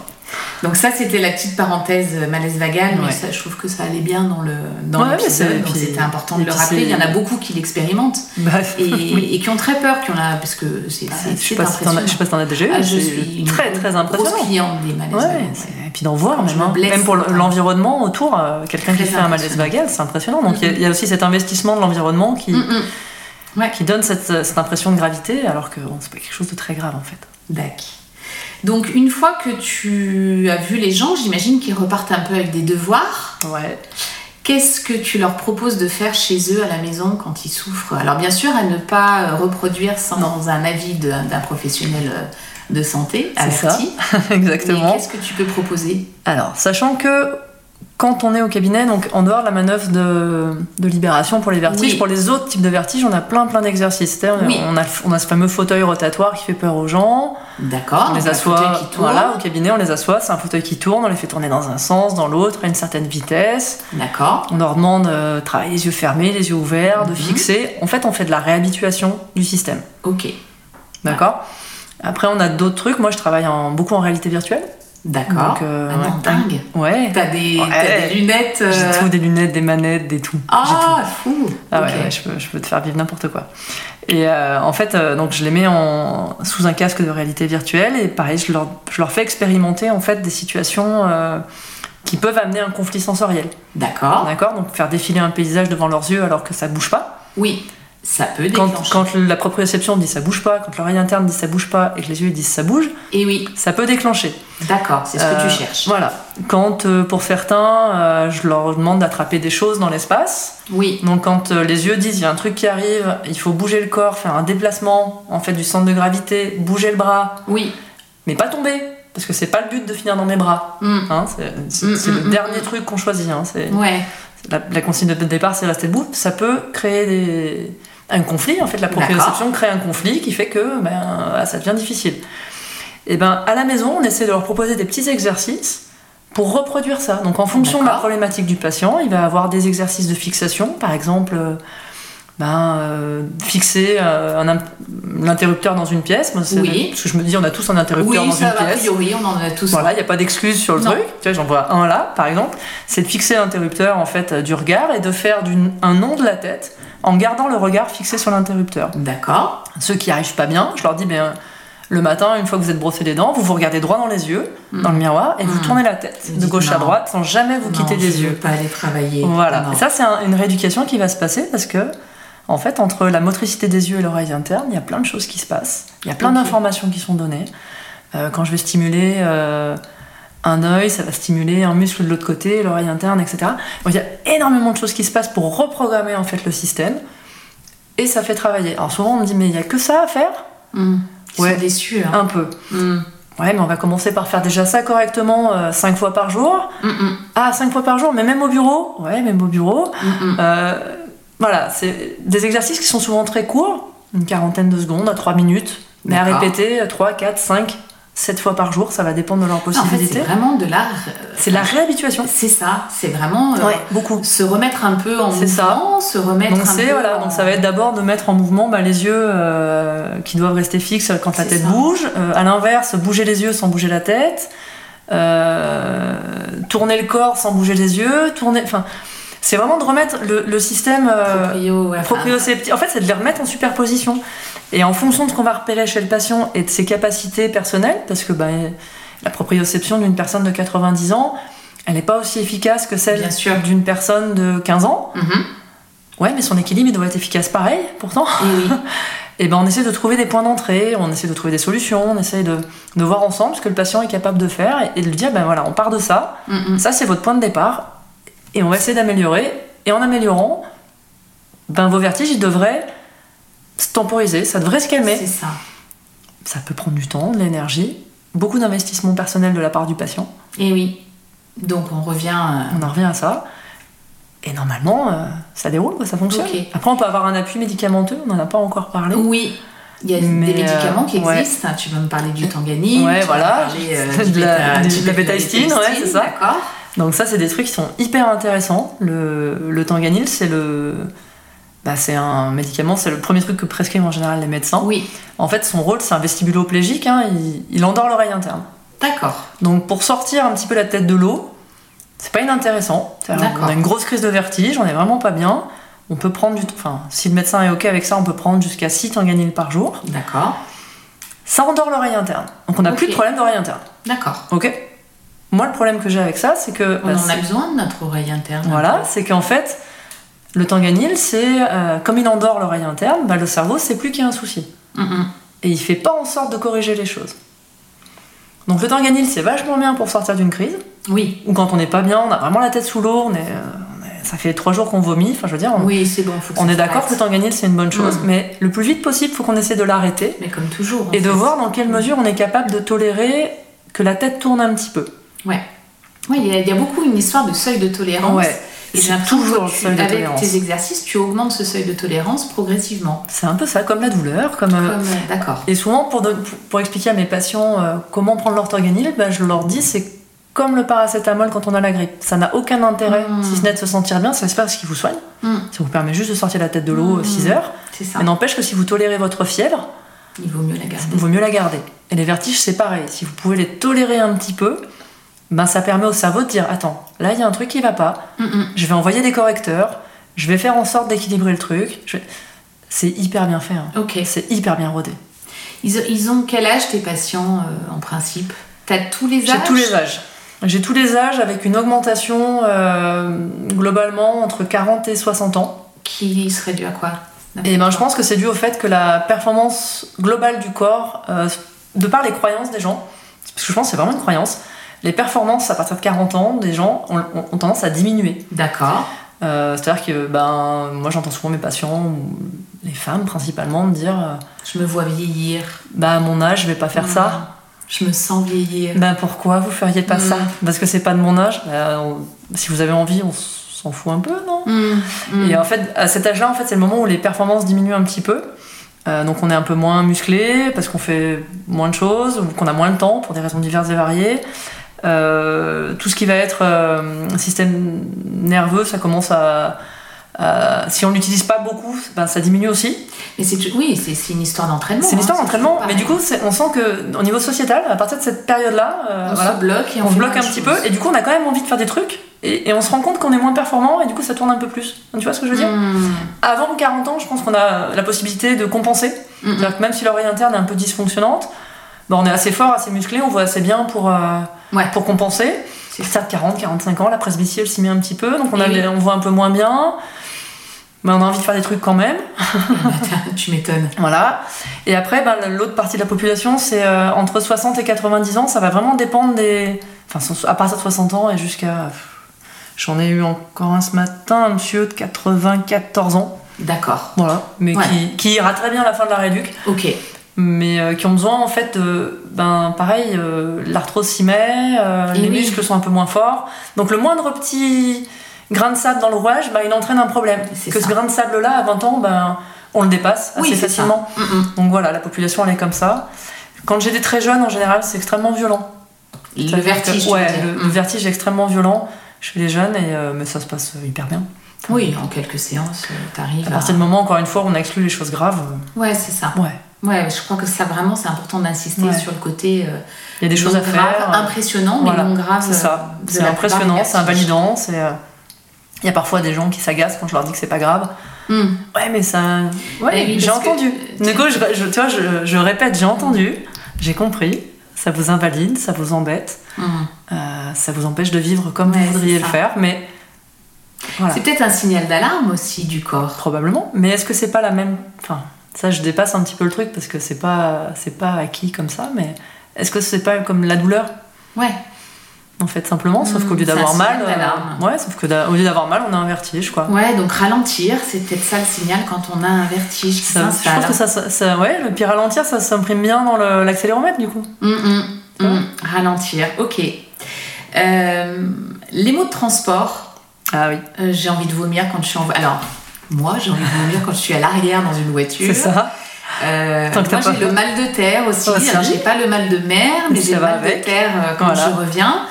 Speaker 3: Donc ça, c'était la petite parenthèse euh, malaise vagal, mais
Speaker 2: Ouais.
Speaker 3: ça, je trouve que ça allait bien dans le dans
Speaker 2: Ouais, mais
Speaker 3: l'épisode.
Speaker 2: c'est-
Speaker 3: donc
Speaker 2: puis-
Speaker 3: C'était important de
Speaker 2: et
Speaker 3: le
Speaker 2: puis
Speaker 3: rappeler.
Speaker 2: c'est-
Speaker 3: Il y en a beaucoup qui l'expérimentent
Speaker 2: Bah,
Speaker 3: et,
Speaker 2: oui.
Speaker 3: et qui ont très peur, qui ont la parce que c'est
Speaker 2: Bah,
Speaker 3: c'est-
Speaker 2: je, sais
Speaker 3: c'est
Speaker 2: pas si t'en as-
Speaker 3: impressionnant.
Speaker 2: je sais pas si t'en as déjà eu,
Speaker 3: Ah,
Speaker 2: mais
Speaker 3: je
Speaker 2: c'est
Speaker 3: suis une
Speaker 2: très très impressionnant.
Speaker 3: grosse cliente des malaises
Speaker 2: Ouais,
Speaker 3: vagales,
Speaker 2: c'est-
Speaker 3: ouais.
Speaker 2: et puis d'en voir
Speaker 3: Quand je
Speaker 2: même,
Speaker 3: me
Speaker 2: hein.
Speaker 3: blesse,
Speaker 2: même pour le-
Speaker 3: notamment.
Speaker 2: l'environnement autour, euh, quelqu'un qui
Speaker 3: Très
Speaker 2: fait un malaise
Speaker 3: impressionnant.
Speaker 2: vagal, c'est impressionnant. Donc il y a- il y, a aussi cet investissement de l'environnement qui,
Speaker 3: Mm, mm. Ouais.
Speaker 2: qui donne cette, cette impression de gravité, alors que bon, c'est pas quelque chose de très grave en fait.
Speaker 3: Dac. Donc une fois que tu as vu les gens, j'imagine qu'ils repartent un peu avec des devoirs.
Speaker 2: Ouais.
Speaker 3: Qu'est-ce que tu leur proposes de faire chez eux à la maison quand ils souffrent Alors bien sûr, à ne pas euh, reproduire sans un avis de- d'un professionnel euh, de santé
Speaker 2: C'est ça,
Speaker 3: averti. Mais
Speaker 2: Exactement.
Speaker 3: qu'est-ce que tu peux proposer
Speaker 2: Alors, sachant que quand on est au cabinet, donc en dehors de la manœuvre de, de libération pour les vertiges,
Speaker 3: Oui.
Speaker 2: pour les autres types de vertiges, on a plein plein d'exercices. C'est-à-dire, On,
Speaker 3: Oui.
Speaker 2: a, on a ce fameux fauteuil rotatoire qui fait peur aux gens.
Speaker 3: D'accord.
Speaker 2: Ah, on
Speaker 3: donc
Speaker 2: les
Speaker 3: un
Speaker 2: assoit,
Speaker 3: fauteuil qui tourne.
Speaker 2: voilà, au cabinet, on les assoit, c'est un fauteuil qui tourne, on les fait tourner dans un sens, dans l'autre, à une certaine vitesse.
Speaker 3: D'accord.
Speaker 2: On leur demande euh, de travailler les yeux fermés, les yeux ouverts, de
Speaker 3: Mhm.
Speaker 2: fixer. En fait, on fait de la réhabituation du système.
Speaker 3: Ok.
Speaker 2: D'accord Après, on a d'autres trucs. Moi, je travaille en- beaucoup en réalité virtuelle.
Speaker 3: D'accord.
Speaker 2: Donc, euh,
Speaker 3: Ah non,
Speaker 2: ouais.
Speaker 3: dingue.
Speaker 2: Ouais.
Speaker 3: T'as des, t'as
Speaker 2: Ouais.
Speaker 3: des lunettes. euh,
Speaker 2: J'ai tout, des lunettes, des manettes, des tout. J'ai tout.
Speaker 3: Ah, fou.
Speaker 2: Ah
Speaker 3: Ok.
Speaker 2: ouais, ouais, je, peux, je peux te faire vivre n'importe quoi. Et euh, en fait, euh, donc je les mets en, sous un casque de réalité virtuelle et pareil, je leur, je leur fais expérimenter en fait des situations euh, qui peuvent amener un conflit sensoriel.
Speaker 3: D'accord.
Speaker 2: D'accord Donc faire défiler un paysage devant leurs yeux alors que ça bouge pas.
Speaker 3: Oui, ça peut
Speaker 2: Quand,
Speaker 3: déclencher.
Speaker 2: quand la proprioception dit ça bouge pas, quand l'oreille interne dit ça bouge pas et que les yeux disent ça bouge,
Speaker 3: Et oui,
Speaker 2: ça peut déclencher.
Speaker 3: d'accord, c'est ce que
Speaker 2: Euh,
Speaker 3: tu cherches.
Speaker 2: Voilà. Quand euh, pour certains, euh, je leur demande d'attraper des choses dans l'espace.
Speaker 3: Oui,
Speaker 2: Donc quand euh, les yeux disent il y a un truc qui arrive, il faut bouger le corps, faire un déplacement en fait du centre de gravité, bouger le bras,
Speaker 3: oui.
Speaker 2: mais pas tomber parce que c'est pas le but de finir dans mes bras.
Speaker 3: Mm.
Speaker 2: hein. c'est c'est-
Speaker 3: Mm,
Speaker 2: c'est
Speaker 3: mm,
Speaker 2: le
Speaker 3: mm,
Speaker 2: dernier
Speaker 3: mm.
Speaker 2: truc qu'on choisit. hein. C'est-
Speaker 3: Ouais,
Speaker 2: la, la consigne de départ c'est rester debout. Ça peut créer des- un conflit en fait. La proprioception crée un conflit qui fait que ben, ah, ça devient difficile. Et ben à la maison on essaie de leur proposer des petits exercices pour reproduire ça. Donc en fonction de la
Speaker 3: D'accord.
Speaker 2: problématique du patient, il va avoir des exercices de fixation, par exemple. euh, ben, euh, fixer euh, un imp- l'interrupteur dans une pièce, Moi, c'est-
Speaker 3: Oui.
Speaker 2: parce que je me dis on a tous un
Speaker 3: oui,
Speaker 2: interrupteur dans
Speaker 3: ça
Speaker 2: une
Speaker 3: va, a
Speaker 2: pièce.
Speaker 3: priori, on en a tous.
Speaker 2: Voilà, il n'y a pas d'excuse sur le
Speaker 3: Non.
Speaker 2: truc. Tu vois, j'en vois un là, par exemple. C'est de fixer l'interrupteur en fait euh, du regard et de faire d'une- un nom de la tête en gardant le regard fixé sur l'interrupteur.
Speaker 3: D'accord,
Speaker 2: Ceux qui arrivent pas bien, je leur dis ben, le matin, une fois que vous êtes brossé les dents, vous vous regardez droit dans les yeux, dans le miroir, et vous
Speaker 3: Mm.
Speaker 2: tournez la tête
Speaker 3: Vous
Speaker 2: de
Speaker 3: dites
Speaker 2: gauche à
Speaker 3: non.
Speaker 2: droite sans jamais vous quitter
Speaker 3: Non,
Speaker 2: des
Speaker 3: je
Speaker 2: yeux.
Speaker 3: veux pas aller travailler.
Speaker 2: Voilà.
Speaker 3: Non.
Speaker 2: Et ça, c'est un- une rééducation qui va se passer parce que, en fait, entre la motricité des yeux et l'oreille interne, il y a plein de choses qui se passent. Il y a plein
Speaker 3: Ok.
Speaker 2: d'informations qui sont données. Euh, quand je vais stimuler euh, un œil, ça va stimuler un muscle de l'autre côté, l'oreille interne, etc. Donc, il y a énormément de choses qui se passent pour reprogrammer en fait le système. Et ça fait travailler. Alors souvent on me dit mais il y a que ça à faire
Speaker 3: Mm. Ils
Speaker 2: Ouais. Ah.
Speaker 3: sont déçus. Hein.
Speaker 2: Un peu.
Speaker 3: Mm.
Speaker 2: Ouais mais on va commencer par faire déjà ça correctement 5 fois par jour.
Speaker 3: Mm, mm,
Speaker 2: Ah 5 fois par jour mais même au bureau. Ouais même au bureau.
Speaker 3: mm, mm.
Speaker 2: Euh, voilà, c'est des exercices qui sont souvent très courts, une quarantaine de secondes à 3 minutes, mais à
Speaker 3: D'accord.
Speaker 2: répéter 3, 4, 5, 7 fois par jour, ça va dépendre de leur
Speaker 3: Ah, En fait, c'est
Speaker 2: possibilité.
Speaker 3: vraiment de l'art.
Speaker 2: c'est de la réhabituation.
Speaker 3: C'est ça, c'est vraiment euh,
Speaker 2: beaucoup.
Speaker 3: se remettre un peu en
Speaker 2: C'est ça.
Speaker 3: mouvement, se remettre
Speaker 2: Donc,
Speaker 3: un
Speaker 2: c'est,
Speaker 3: peu
Speaker 2: voilà,
Speaker 3: en-
Speaker 2: donc ça va être d'abord de mettre en mouvement bah, les yeux euh, qui doivent rester fixes quand la
Speaker 3: C'est
Speaker 2: tête
Speaker 3: ça.
Speaker 2: bouge. Euh, à l'inverse, bouger les yeux sans bouger la tête. Euh, tourner le corps sans bouger les yeux. Tourner, enfin, c'est vraiment de remettre le, le système euh,
Speaker 3: proprio. ouais, enfin,
Speaker 2: Propriocepti- En fait, c'est de les remettre en superposition. Et en fonction de ce qu'on va repérer chez le patient et de ses capacités personnelles, parce que ben, la proprioception d'une personne de 90 ans, elle n'est pas aussi efficace que celle
Speaker 3: Bien sûr.
Speaker 2: d'une personne de 15 ans.
Speaker 3: mhm.
Speaker 2: Ouais, mais son équilibre, il doit être efficace pareil, pourtant.
Speaker 3: Et oui.
Speaker 2: Et ben, on essaie de trouver des points d'entrée, on essaie de trouver des solutions, on essaie de, de voir ensemble ce que le patient est capable de faire et, et de lui dire, ben voilà, on part de ça,
Speaker 3: Mm, mm.
Speaker 2: ça, c'est votre point de départ. Et on va essayer d'améliorer. Et en améliorant, ben, vos vertiges, ils devraient se temporiser, ça devrait se
Speaker 3: C'est
Speaker 2: calmer.
Speaker 3: ça.
Speaker 2: Ça peut prendre du temps, de l'énergie, beaucoup d'investissement personnel de la part du patient.
Speaker 3: Et oui. Donc on revient. euh,
Speaker 2: On en revient à ça. Et normalement, euh, ça déroule, quoi, ça fonctionne.
Speaker 3: Ok.
Speaker 2: Après, on peut avoir un appui médicamenteux, on n'en a pas encore
Speaker 3: euh,
Speaker 2: parlé.
Speaker 3: Oui. Il y a
Speaker 2: Mais,
Speaker 3: des médicaments qui
Speaker 2: euh, ouais.
Speaker 3: existent. hein. Tu peux me parler du tanganine.
Speaker 2: Ouais,
Speaker 3: tu peux
Speaker 2: voilà.
Speaker 3: me parler, euh,
Speaker 2: De
Speaker 3: du
Speaker 2: la-
Speaker 3: bêta-
Speaker 2: de la
Speaker 3: du
Speaker 2: bétaïstine, ouais,
Speaker 3: bétaïstine,
Speaker 2: c'est ça.
Speaker 3: D'accord.
Speaker 2: Donc ça, c'est des trucs qui sont hyper intéressants. Le, le Tanganil, c'est le... bah, c'est un médicament, c'est le premier truc que prescrivent en général les médecins.
Speaker 3: Oui.
Speaker 2: En fait, son rôle, c'est un vestibuloplégique, hein, il, il endort l'oreille interne.
Speaker 3: D'accord.
Speaker 2: Donc pour sortir un petit peu la tête de l'eau, c'est pas inintéressant. C'est-à-dire,
Speaker 3: D'accord.
Speaker 2: On a une grosse crise de vertige, on est vraiment pas bien. On peut prendre du enfin si le médecin est ok avec ça, on peut prendre jusqu'à 6 tanganines par jour.
Speaker 3: D'accord.
Speaker 2: Ça endort l'oreille interne. Donc on n'a plus
Speaker 3: Ok.
Speaker 2: de problème d'oreille interne.
Speaker 3: D'accord.
Speaker 2: Ok Moi le problème que j'ai avec ça, c'est que
Speaker 3: On
Speaker 2: bah,
Speaker 3: en a
Speaker 2: c'est-
Speaker 3: besoin de notre oreille interne.
Speaker 2: voilà, c'est qu'en fait le tanganil, c'est euh, comme il endort l'oreille interne, bah, le cerveau sait plus qu'il y a un souci.
Speaker 3: Mm, mm.
Speaker 2: et il fait pas en sorte de corriger les choses. Donc le tanganil c'est vachement bien pour sortir d'une crise,
Speaker 3: Oui.
Speaker 2: ou quand on n'est pas bien, on a vraiment la tête sous l'eau, on est, euh, on est- ça fait trois jours qu'on vomit, enfin je veux dire, on,
Speaker 3: Oui, c'est bon. Faut que
Speaker 2: on
Speaker 3: ça
Speaker 2: est d'accord que le
Speaker 3: s'arrête.
Speaker 2: tanganil c'est une bonne chose,
Speaker 3: Mm.
Speaker 2: mais le plus vite possible faut qu'on essaie de l'arrêter
Speaker 3: Mais comme toujours. hein, en
Speaker 2: et de
Speaker 3: fait.
Speaker 2: voir dans quelle mesure on est capable de tolérer que la tête tourne un petit peu.
Speaker 3: Ouais. Ouais, il y, a- il y a beaucoup une histoire de seuil de tolérance.
Speaker 2: Ouais,
Speaker 3: Et
Speaker 2: c'est
Speaker 3: j'ai l'impression
Speaker 2: toujours
Speaker 3: que
Speaker 2: le
Speaker 3: tu-
Speaker 2: seuil de
Speaker 3: avec
Speaker 2: tolérance.
Speaker 3: tes exercices, tu augmentes ce seuil de tolérance progressivement.
Speaker 2: C'est un peu ça, comme la douleur, comme... euh,
Speaker 3: Comme, euh, D'accord.
Speaker 2: Et souvent, pour, don- pour- pour expliquer à mes patients euh, comment prendre leur tanganil, bah, je leur dis c'est comme le paracétamol quand on a la grippe. Ça n'a aucun intérêt,
Speaker 3: Mm.
Speaker 2: si ce n'est de se sentir bien, ça c'est pas parce qu'il vous soigne.
Speaker 3: Mm.
Speaker 2: Ça vous permet juste de sortir la tête de l'eau
Speaker 3: Mm.
Speaker 2: 6 heures.
Speaker 3: C'est ça.
Speaker 2: Mais n'empêche que si vous tolérez votre fièvre,
Speaker 3: Il vaut mieux la garder.
Speaker 2: il vaut mieux la garder. Et les vertiges, c'est pareil. Si vous pouvez les tolérer un petit peu, ben, ça permet au cerveau de dire attends, là il y a un truc qui va pas,
Speaker 3: Mm, mm.
Speaker 2: je vais envoyer des correcteurs, je vais faire en sorte d'équilibrer le truc. Je vais- C'est hyper bien fait. hein.
Speaker 3: Ok.
Speaker 2: C'est hyper bien rodé.
Speaker 3: Ils, ont- ils ont quel âge tes patients euh, en principe T'as tous les
Speaker 2: J'ai
Speaker 3: âges
Speaker 2: tous les âges. J'ai tous les âges avec une augmentation euh, globalement entre 40 et 60 ans.
Speaker 3: Qui serait dû à quoi
Speaker 2: Et ben je pense que c'est dû au fait que la performance globale du corps, euh, de par les croyances des gens, parce que je pense que c'est vraiment une croyance, les performances à partir de 40 ans des gens ont, ont- ont tendance à diminuer.
Speaker 3: D'accord.
Speaker 2: Euh, C'est-à-dire que ben moi j'entends souvent mes patients, ou les femmes principalement, me dire euh,
Speaker 3: Je me vois vieillir. Hmm.
Speaker 2: bah à mon âge je vais pas
Speaker 3: Mmh.
Speaker 2: faire ça.
Speaker 3: Je me sens vieillir.
Speaker 2: Ben pourquoi vous feriez pas
Speaker 3: Mm.
Speaker 2: ça Parce que c'est pas de mon âge. Ben, on- si vous avez envie, on s'en fout un peu, non
Speaker 3: Mm, mm.
Speaker 2: Hmm. Et euh, en fait, à cet âge-là, en fait, c'est le moment où les performances diminuent un petit peu. Euh, donc on est un peu moins musclé parce qu'on fait moins de choses ou qu'on a moins de temps pour des raisons diverses et variées. Euh, tout ce qui va être euh, système nerveux, ça commence à, à- si on l'utilise pas beaucoup, ben, ça diminue aussi.
Speaker 3: Mais c'est tu- oui, c'est c'est une histoire d'entraînement.
Speaker 2: c'est une
Speaker 3: hein,
Speaker 2: histoire d'entraînement,
Speaker 3: toujours
Speaker 2: mais
Speaker 3: pareil.
Speaker 2: du coup, c'est- on sent que au niveau sociétal, à partir de cette période-là, euh,
Speaker 3: on
Speaker 2: voilà,
Speaker 3: se bloque et on,
Speaker 2: on se
Speaker 3: fait
Speaker 2: bloque
Speaker 3: plein
Speaker 2: un
Speaker 3: de
Speaker 2: petit
Speaker 3: choses.
Speaker 2: peu et du coup on a quand même envie de faire des trucs et, et on se rend compte qu'on est moins performant et du coup ça tourne un peu plus. Tu vois ce que je veux dire
Speaker 3: Mm,
Speaker 2: Avant 40 ans, je pense qu'on a la possibilité de compenser.
Speaker 3: mm,
Speaker 2: C'est-à-dire que même si l'oreille interne est un peu dysfonctionnante, bah, on est assez fort, assez musclé, on voit assez bien pour, euh,
Speaker 3: mm. Ouais.
Speaker 2: pour compenser.
Speaker 3: C'est
Speaker 2: À partir de 40, 45 ans, la presbytie elle s'y met un petit peu, donc on, a
Speaker 3: Et oui.
Speaker 2: les- on voit un peu moins bien. Mais on a envie de faire des trucs quand même.
Speaker 3: tu m'étonnes.
Speaker 2: Voilà. Et après, ben, l'autre partie de la population, c'est euh, entre 60 et 90 ans. Ça va vraiment dépendre des. Enfin, so- à partir de 60 ans et jusqu'à. J'en ai eu encore un ce matin, un monsieur de 94 ans.
Speaker 3: D'accord.
Speaker 2: Voilà. Mais
Speaker 3: Ouais.
Speaker 2: qui, qui ira très bien à la fin de la réduc.
Speaker 3: Ok.
Speaker 2: Mais euh, qui ont besoin, en fait, de. Ben, pareil, euh, l'arthrose s'y met, euh,
Speaker 3: Et
Speaker 2: les
Speaker 3: oui.
Speaker 2: muscles sont un peu moins forts. Donc, le moindre petit grain de sable dans le rouage, ben, il entraîne un problème.
Speaker 3: C'est
Speaker 2: Que
Speaker 3: ça.
Speaker 2: ce grain de sable-là, à 20 ans, ben, on le dépasse
Speaker 3: Oui,
Speaker 2: assez
Speaker 3: c'est ça.
Speaker 2: facilement.
Speaker 3: Mm, mm.
Speaker 2: Donc voilà, la population elle est comme ça. Quand j'ai des très jeunes, en général, c'est extrêmement violent.
Speaker 3: Le
Speaker 2: C'est-à-dire
Speaker 3: vertige.
Speaker 2: que-
Speaker 3: tu
Speaker 2: Ouais,
Speaker 3: veux dire. Hmm. Hum.
Speaker 2: le, le vertige est extrêmement violent chez les jeunes, et, euh, mais ça se passe hyper bien.
Speaker 3: Oui, en quelques séances, euh, t'arrives.
Speaker 2: À partir du moment, encore une fois, où on a exclu les choses graves, euh,
Speaker 3: Ouais, c'est ça.
Speaker 2: ouais.
Speaker 3: Ouais, je crois que ça vraiment, c'est important d'insister
Speaker 2: Ouais.
Speaker 3: sur le côté. euh,
Speaker 2: Il y a des choses
Speaker 3: non
Speaker 2: à
Speaker 3: grave,
Speaker 2: faire. euh,
Speaker 3: Impressionnant,
Speaker 2: voilà,
Speaker 3: mais non grave.
Speaker 2: c'est ça.
Speaker 3: euh, de
Speaker 2: C'est
Speaker 3: la
Speaker 2: impressionnant,
Speaker 3: barrière.
Speaker 2: c'est invalidant. c'est, euh, Il y a parfois des gens qui s'agacent quand je leur dis que c'est pas grave.
Speaker 3: Hmm.
Speaker 2: Ouais, mais ça. Ouais,
Speaker 3: Eh oui,
Speaker 2: j'ai
Speaker 3: parce que-
Speaker 2: entendu. Du coup, je, je- tu vois, je, je répète, j'ai entendu, j'ai compris, ça vous invalide, ça vous embête.
Speaker 3: Hmm.
Speaker 2: Euh, ça vous empêche de vivre comme
Speaker 3: Ouais,
Speaker 2: vous voudriez
Speaker 3: c'est
Speaker 2: le
Speaker 3: ça.
Speaker 2: faire, mais voilà,
Speaker 3: C'est peut-être un signal d'alarme aussi du corps.
Speaker 2: probablement. Mais est-ce que c'est pas la même Enfin, ça, je dépasse un petit peu le truc parce que c'est pas c'est pas acquis comme ça, mais est-ce que c'est pas comme la douleur
Speaker 3: Ouais.
Speaker 2: en fait simplement, sauf
Speaker 3: Mm,
Speaker 2: qu'au lieu
Speaker 3: c'est un
Speaker 2: d'avoir mal, euh,
Speaker 3: signal d'alarme.
Speaker 2: ouais, sauf que d'a- au lieu d'avoir mal, on a un vertige quoi.
Speaker 3: Ouais, donc ralentir, c'est peut-être ça le signal quand on a un vertige qui
Speaker 2: Ça- je pense
Speaker 3: s'installe.
Speaker 2: que ça, ça- ça- ouais, le pire ralentir, ça s'imprime bien dans le- l'accéléromètre du coup.
Speaker 3: Hum, hum, hum. Ralentir, ok. Euh, les mots de transport,
Speaker 2: Ah oui,
Speaker 3: euh, j'ai envie de vomir quand je suis en voiture. Alors, moi, j'ai envie de vomir quand je suis à l'arrière dans une voiture.
Speaker 2: c'est ça.
Speaker 3: Euh,
Speaker 2: Tant que t'as
Speaker 3: moi, j'ai
Speaker 2: pas-
Speaker 3: le mal de terre aussi.
Speaker 2: Ouais, c'est
Speaker 3: Alors,
Speaker 2: vrai.
Speaker 3: j'ai pas le mal de mer, mais
Speaker 2: Ça
Speaker 3: j'ai le
Speaker 2: va
Speaker 3: mal
Speaker 2: avec.
Speaker 3: de terre euh, quand
Speaker 2: Voilà.
Speaker 3: je reviens.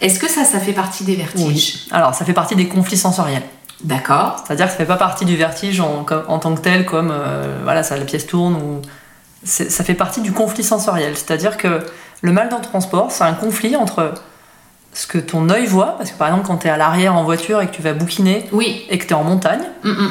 Speaker 3: Est-ce que ça, ça fait partie des vertiges
Speaker 2: Oui. Alors, ça fait partie des conflits sensoriels.
Speaker 3: D'accord.
Speaker 2: C'est-à-dire que ça fait pas partie du vertige en, comme- en tant que tel, comme euh, voilà, ça, la pièce tourne ou c'est- ça fait partie du conflit sensoriel. C'est-à-dire que Le mal dans le transport, c'est un conflit entre ce que ton œil voit, parce que par exemple, quand tu es à l'arrière en voiture et que tu vas bouquiner
Speaker 3: Oui.
Speaker 2: et que tu es en montagne,
Speaker 3: Mm, mm.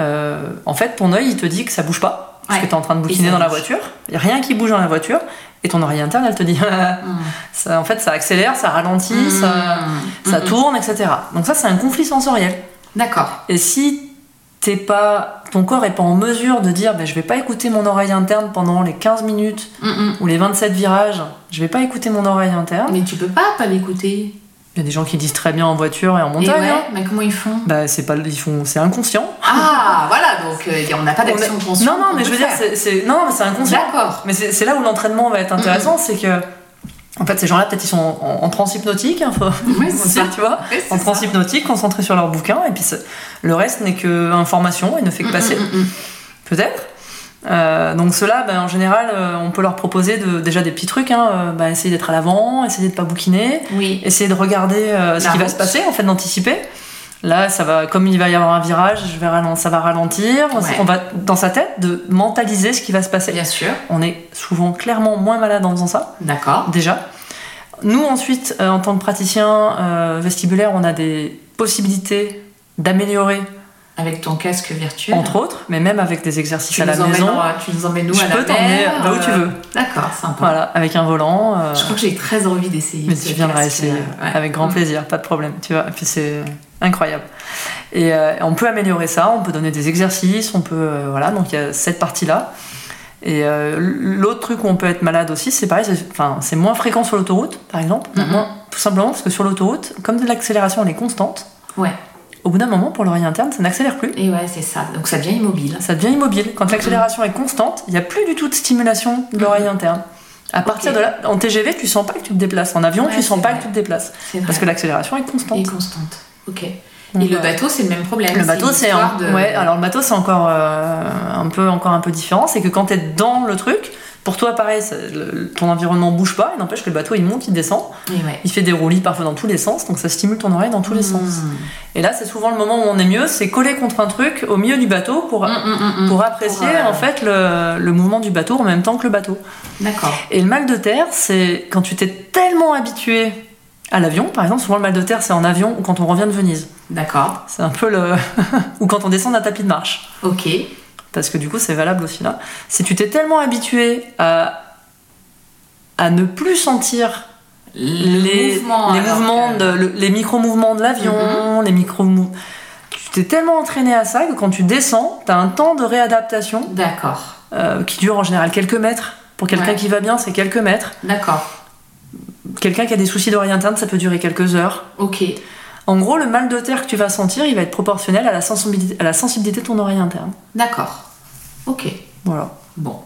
Speaker 2: euh, en fait, ton œil, il te dit que ça bouge pas, parce
Speaker 3: Ouais.
Speaker 2: que tu es en train de
Speaker 3: Et
Speaker 2: bouquiner
Speaker 3: ça
Speaker 2: dans la
Speaker 3: bouge.
Speaker 2: voiture. Il n'y a rien qui bouge dans la voiture. Et ton oreille interne, elle te dit, ça, en fait, ça accélère, ça ralentit, ça,
Speaker 3: Mm,
Speaker 2: ça
Speaker 3: mm,
Speaker 2: tourne, etc. Donc ça, c'est un conflit sensoriel.
Speaker 3: mm. D'accord.
Speaker 2: Et si t'es pas, ton corps est pas en mesure de dire, ben, je vais pas écouter mon oreille interne pendant les 15 minutes
Speaker 3: Mm, mm.
Speaker 2: ou les 27 virages, je vais pas écouter mon oreille interne.
Speaker 3: Mais tu peux pas pas l'écouter.
Speaker 2: Il y a des gens qui disent très bien en voiture et en
Speaker 3: Et
Speaker 2: montagne. hein.
Speaker 3: ouais, mais comment ils font
Speaker 2: Bah, c'est pas, ils font, c'est inconscient.
Speaker 3: Ah, voilà, donc euh, on n'a pas d'action
Speaker 2: On a-
Speaker 3: consciente.
Speaker 2: Non, non,
Speaker 3: qu'on
Speaker 2: mais je
Speaker 3: peut
Speaker 2: veux dire,
Speaker 3: faire.
Speaker 2: c'est, c'est- non, non, mais c'est inconscient.
Speaker 3: D'accord.
Speaker 2: Mais c'est, c'est là où l'entraînement va être intéressant, c'est que, en fait, ces gens-là, peut-être, ils sont en, en transhypnotique, hein, faut-
Speaker 3: Oui, c'est
Speaker 2: aussi,
Speaker 3: ça.
Speaker 2: tu vois.
Speaker 3: Ouais, c'est
Speaker 2: En
Speaker 3: ça.
Speaker 2: transhypnotique, concentrés sur leur bouquin, et puis c'est- le reste n'est que information et ne fait que passer.
Speaker 3: Mm, mm, mm.
Speaker 2: peut-être. Euh, donc ceux-là, ben, en général, euh, on peut leur proposer de, déjà des petits trucs, hein, euh, ben, essayer d'être à l'avant, essayer de pas bouquiner,
Speaker 3: Oui.
Speaker 2: essayer de regarder euh, ce
Speaker 3: La
Speaker 2: qui va
Speaker 3: route.
Speaker 2: se passer, en fait, d'anticiper. Là, ça va, comme il va y avoir un virage, je vais ralen- ça va ralentir. On-
Speaker 3: Ouais.
Speaker 2: On va dans sa tête de mentaliser ce qui va se passer.
Speaker 3: Bien sûr.
Speaker 2: On est souvent clairement moins malade en faisant ça,
Speaker 3: D'accord.
Speaker 2: déjà. Nous ensuite, euh, en tant que praticien euh, vestibulaire, on a des possibilités d'améliorer,
Speaker 3: Avec ton casque virtuel.
Speaker 2: entre autres, mais même avec des exercices
Speaker 3: tu
Speaker 2: à
Speaker 3: nous,
Speaker 2: la
Speaker 3: emmènes,
Speaker 2: maison.
Speaker 3: euh, tu nous emmènes nous
Speaker 2: Je
Speaker 3: à la
Speaker 2: peux t'emmener
Speaker 3: mer,
Speaker 2: là où tu
Speaker 3: euh,
Speaker 2: veux.
Speaker 3: D'accord, sympa.
Speaker 2: Voilà, avec un volant. euh,
Speaker 3: Je crois que j'ai très envie d'essayer.
Speaker 2: mais
Speaker 3: ce
Speaker 2: tu viendras
Speaker 3: casque,
Speaker 2: essayer
Speaker 3: euh, ouais.
Speaker 2: avec grand plaisir, pas de problème. Tu vois, et puis c'est incroyable. Et euh, on peut améliorer ça, on peut donner des exercices, on peut euh, voilà. Donc il y a cette partie là. Et euh, l'autre truc où on peut être malade aussi, c'est pareil, c'est enfin, c'est moins fréquent sur l'autoroute, par exemple.
Speaker 3: Mhm.
Speaker 2: Moins- tout simplement parce que sur l'autoroute, comme l'accélération elle est constante,
Speaker 3: Ouais.
Speaker 2: au bout d'un moment, pour l'oreille interne, ça n'accélère plus.
Speaker 3: Et ouais, c'est ça. Donc ça devient immobile. hein.
Speaker 2: Ça devient immobile. Quand l'accélération est constante, il n'y a plus du tout de stimulation de l'oreille interne. À partir
Speaker 3: Mhm. Ok.
Speaker 2: de là, en TGV, tu sens pas que tu te déplaces. En avion,
Speaker 3: Ouais,
Speaker 2: tu sens
Speaker 3: c'est
Speaker 2: pas
Speaker 3: vrai.
Speaker 2: que tu te déplaces.
Speaker 3: C'est vrai.
Speaker 2: Parce que l'accélération est constante.
Speaker 3: Et constante. Ok. Et
Speaker 2: Donc,
Speaker 3: le
Speaker 2: euh,
Speaker 3: bateau, c'est le même problème.
Speaker 2: le bateau,
Speaker 3: une
Speaker 2: c'est
Speaker 3: histoire
Speaker 2: un...
Speaker 3: de-
Speaker 2: ouais, alors le bateau, c'est encore euh, un peu, encore un peu différent. C'est que quand tu es dans le truc, pour toi, pareil, ça- le- ton environnement bouge pas. Il n'empêche que le bateau, il monte, il descend,
Speaker 3: Et ouais.
Speaker 2: il fait des roulis parfois dans tous les sens. Donc ça stimule ton oreille dans tous les sens.
Speaker 3: Mm.
Speaker 2: Et là, c'est souvent le moment où on est mieux, c'est collé contre un truc au milieu du bateau pour
Speaker 3: Mm, mm, mm, mm.
Speaker 2: pour apprécier
Speaker 3: Pour, euh,
Speaker 2: en fait le, le mouvement du bateau en même temps que le bateau.
Speaker 3: D'accord.
Speaker 2: Et le mal de terre, c'est quand tu t'es tellement habitué à l'avion, par exemple, souvent le mal de terre c'est en avion ou quand on revient de Venise.
Speaker 3: D'accord.
Speaker 2: C'est un peu le. ou quand on descend d'un tapis de marche.
Speaker 3: Ok.
Speaker 2: Parce que du coup, c'est valable aussi là. Si tu t'es tellement habitué à, à ne plus sentir les,
Speaker 3: mouvements,
Speaker 2: les
Speaker 3: alors
Speaker 2: mouvements
Speaker 3: que- Mmh.
Speaker 2: de- le- les micro-mouvements de l'avion, les micro Tu t'es tellement entraîné à ça que quand tu descends, t'as un temps de réadaptation
Speaker 3: D'accord.
Speaker 2: euh, qui dure en général quelques mètres. Pour quelqu'un
Speaker 3: Ouais.
Speaker 2: qui va bien, c'est quelques mètres.
Speaker 3: D'accord.
Speaker 2: Quelqu'un qui a des soucis d'oreille interne, ça peut durer quelques heures.
Speaker 3: Ok.
Speaker 2: En gros, le mal de terre que tu vas sentir, il va être proportionnel à la sensibilité, à la sensibilité de ton oreille interne.
Speaker 3: D'accord. Ok.
Speaker 2: Voilà.
Speaker 3: Bon.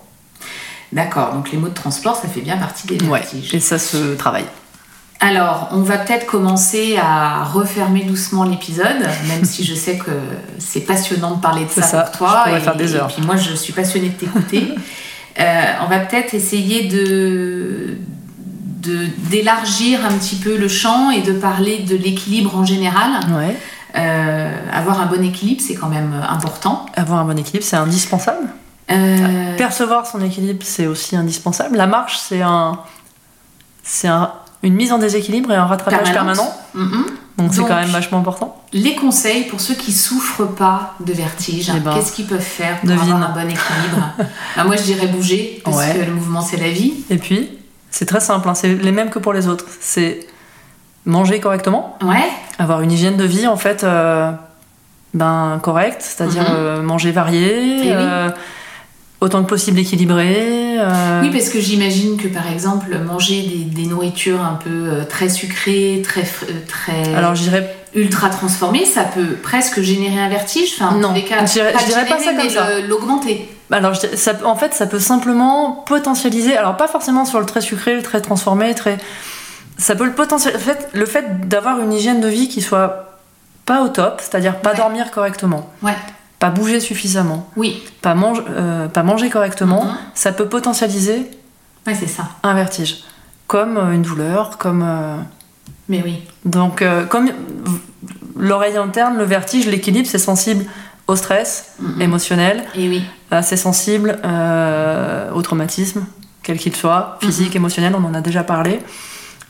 Speaker 3: D'accord. Donc les mots de transport, ça fait bien partie des
Speaker 2: Ouais.
Speaker 3: vertiges.
Speaker 2: Et ça se travaille.
Speaker 3: Alors, on va peut-être commencer à refermer doucement l'épisode, même si je sais que c'est passionnant de parler de
Speaker 2: C'est
Speaker 3: ça,
Speaker 2: ça,
Speaker 3: pour toi.
Speaker 2: je pourrais
Speaker 3: et,
Speaker 2: faire des heures.
Speaker 3: et puis moi, je suis passionnée de t'écouter. Euh, on va peut-être essayer de de- d'élargir un petit peu le champ et de parler de l'équilibre en général.
Speaker 2: Ouais.
Speaker 3: Euh, avoir un bon équilibre, c'est quand même important.
Speaker 2: Avoir un bon équilibre, c'est indispensable.
Speaker 3: Euh,
Speaker 2: Percevoir son équilibre, c'est aussi indispensable. La marche, c'est un, c'est un- une mise en déséquilibre et un rattrapage
Speaker 3: Permanente.
Speaker 2: Ah, permanent.
Speaker 3: mhm.
Speaker 2: Donc c'est
Speaker 3: Donc,
Speaker 2: quand même vachement important.
Speaker 3: Les conseils pour ceux qui souffrent pas de vertige,
Speaker 2: Eh ben,
Speaker 3: qu'est-ce qu'ils peuvent faire pour
Speaker 2: devine.
Speaker 3: avoir un bon équilibre Ben, Moi, je dirais bouger, parce
Speaker 2: Ouais.
Speaker 3: que le mouvement, c'est la vie.
Speaker 2: Et puis, c'est très simple. hein, c'est les mêmes que pour les autres. C'est manger correctement.
Speaker 3: Ouais,
Speaker 2: avoir une hygiène de vie en fait euh, ben correcte c'est-à-dire
Speaker 3: Mhm.
Speaker 2: euh, manger
Speaker 3: Eh oui.
Speaker 2: varié euh, autant que possible équilibré euh,
Speaker 3: oui, parce que j'imagine que, par exemple, manger des, des nourritures un peu euh, très sucrées, très, fr- euh, très
Speaker 2: alors je dirais
Speaker 3: ultra transformées, ça peut presque générer un vertige. Enfin, en
Speaker 2: Non,
Speaker 3: tous les cas,
Speaker 2: je dirais- je dirais pas ça
Speaker 3: générer,
Speaker 2: comme
Speaker 3: mais
Speaker 2: ça.
Speaker 3: le- L'augmenter.
Speaker 2: alors je dirais- ça, en fait ça peut simplement potentialiser alors pas forcément sur le très sucré le très transformé le très ça peut le potentiel en fait le fait d'avoir une hygiène de vie qui soit pas au top c'est-à-dire pas
Speaker 3: Ouais.
Speaker 2: dormir correctement
Speaker 3: Ouais.
Speaker 2: pas bouger suffisamment
Speaker 3: Oui,
Speaker 2: pas mange- euh, pas manger correctement
Speaker 3: Mhm.
Speaker 2: ça peut potentialiser
Speaker 3: ouais, c'est ça.
Speaker 2: un vertige comme euh, une douleur comme euh,
Speaker 3: Mais oui.
Speaker 2: Donc, euh, comme l'oreille interne, le vertige, l'équilibre, c'est sensible au stress
Speaker 3: Mhm.
Speaker 2: émotionnel,
Speaker 3: Et oui.
Speaker 2: euh, c'est sensible euh, au traumatisme, quel qu'il soit,
Speaker 3: Mhm.
Speaker 2: physique, émotionnel, on en a déjà parlé.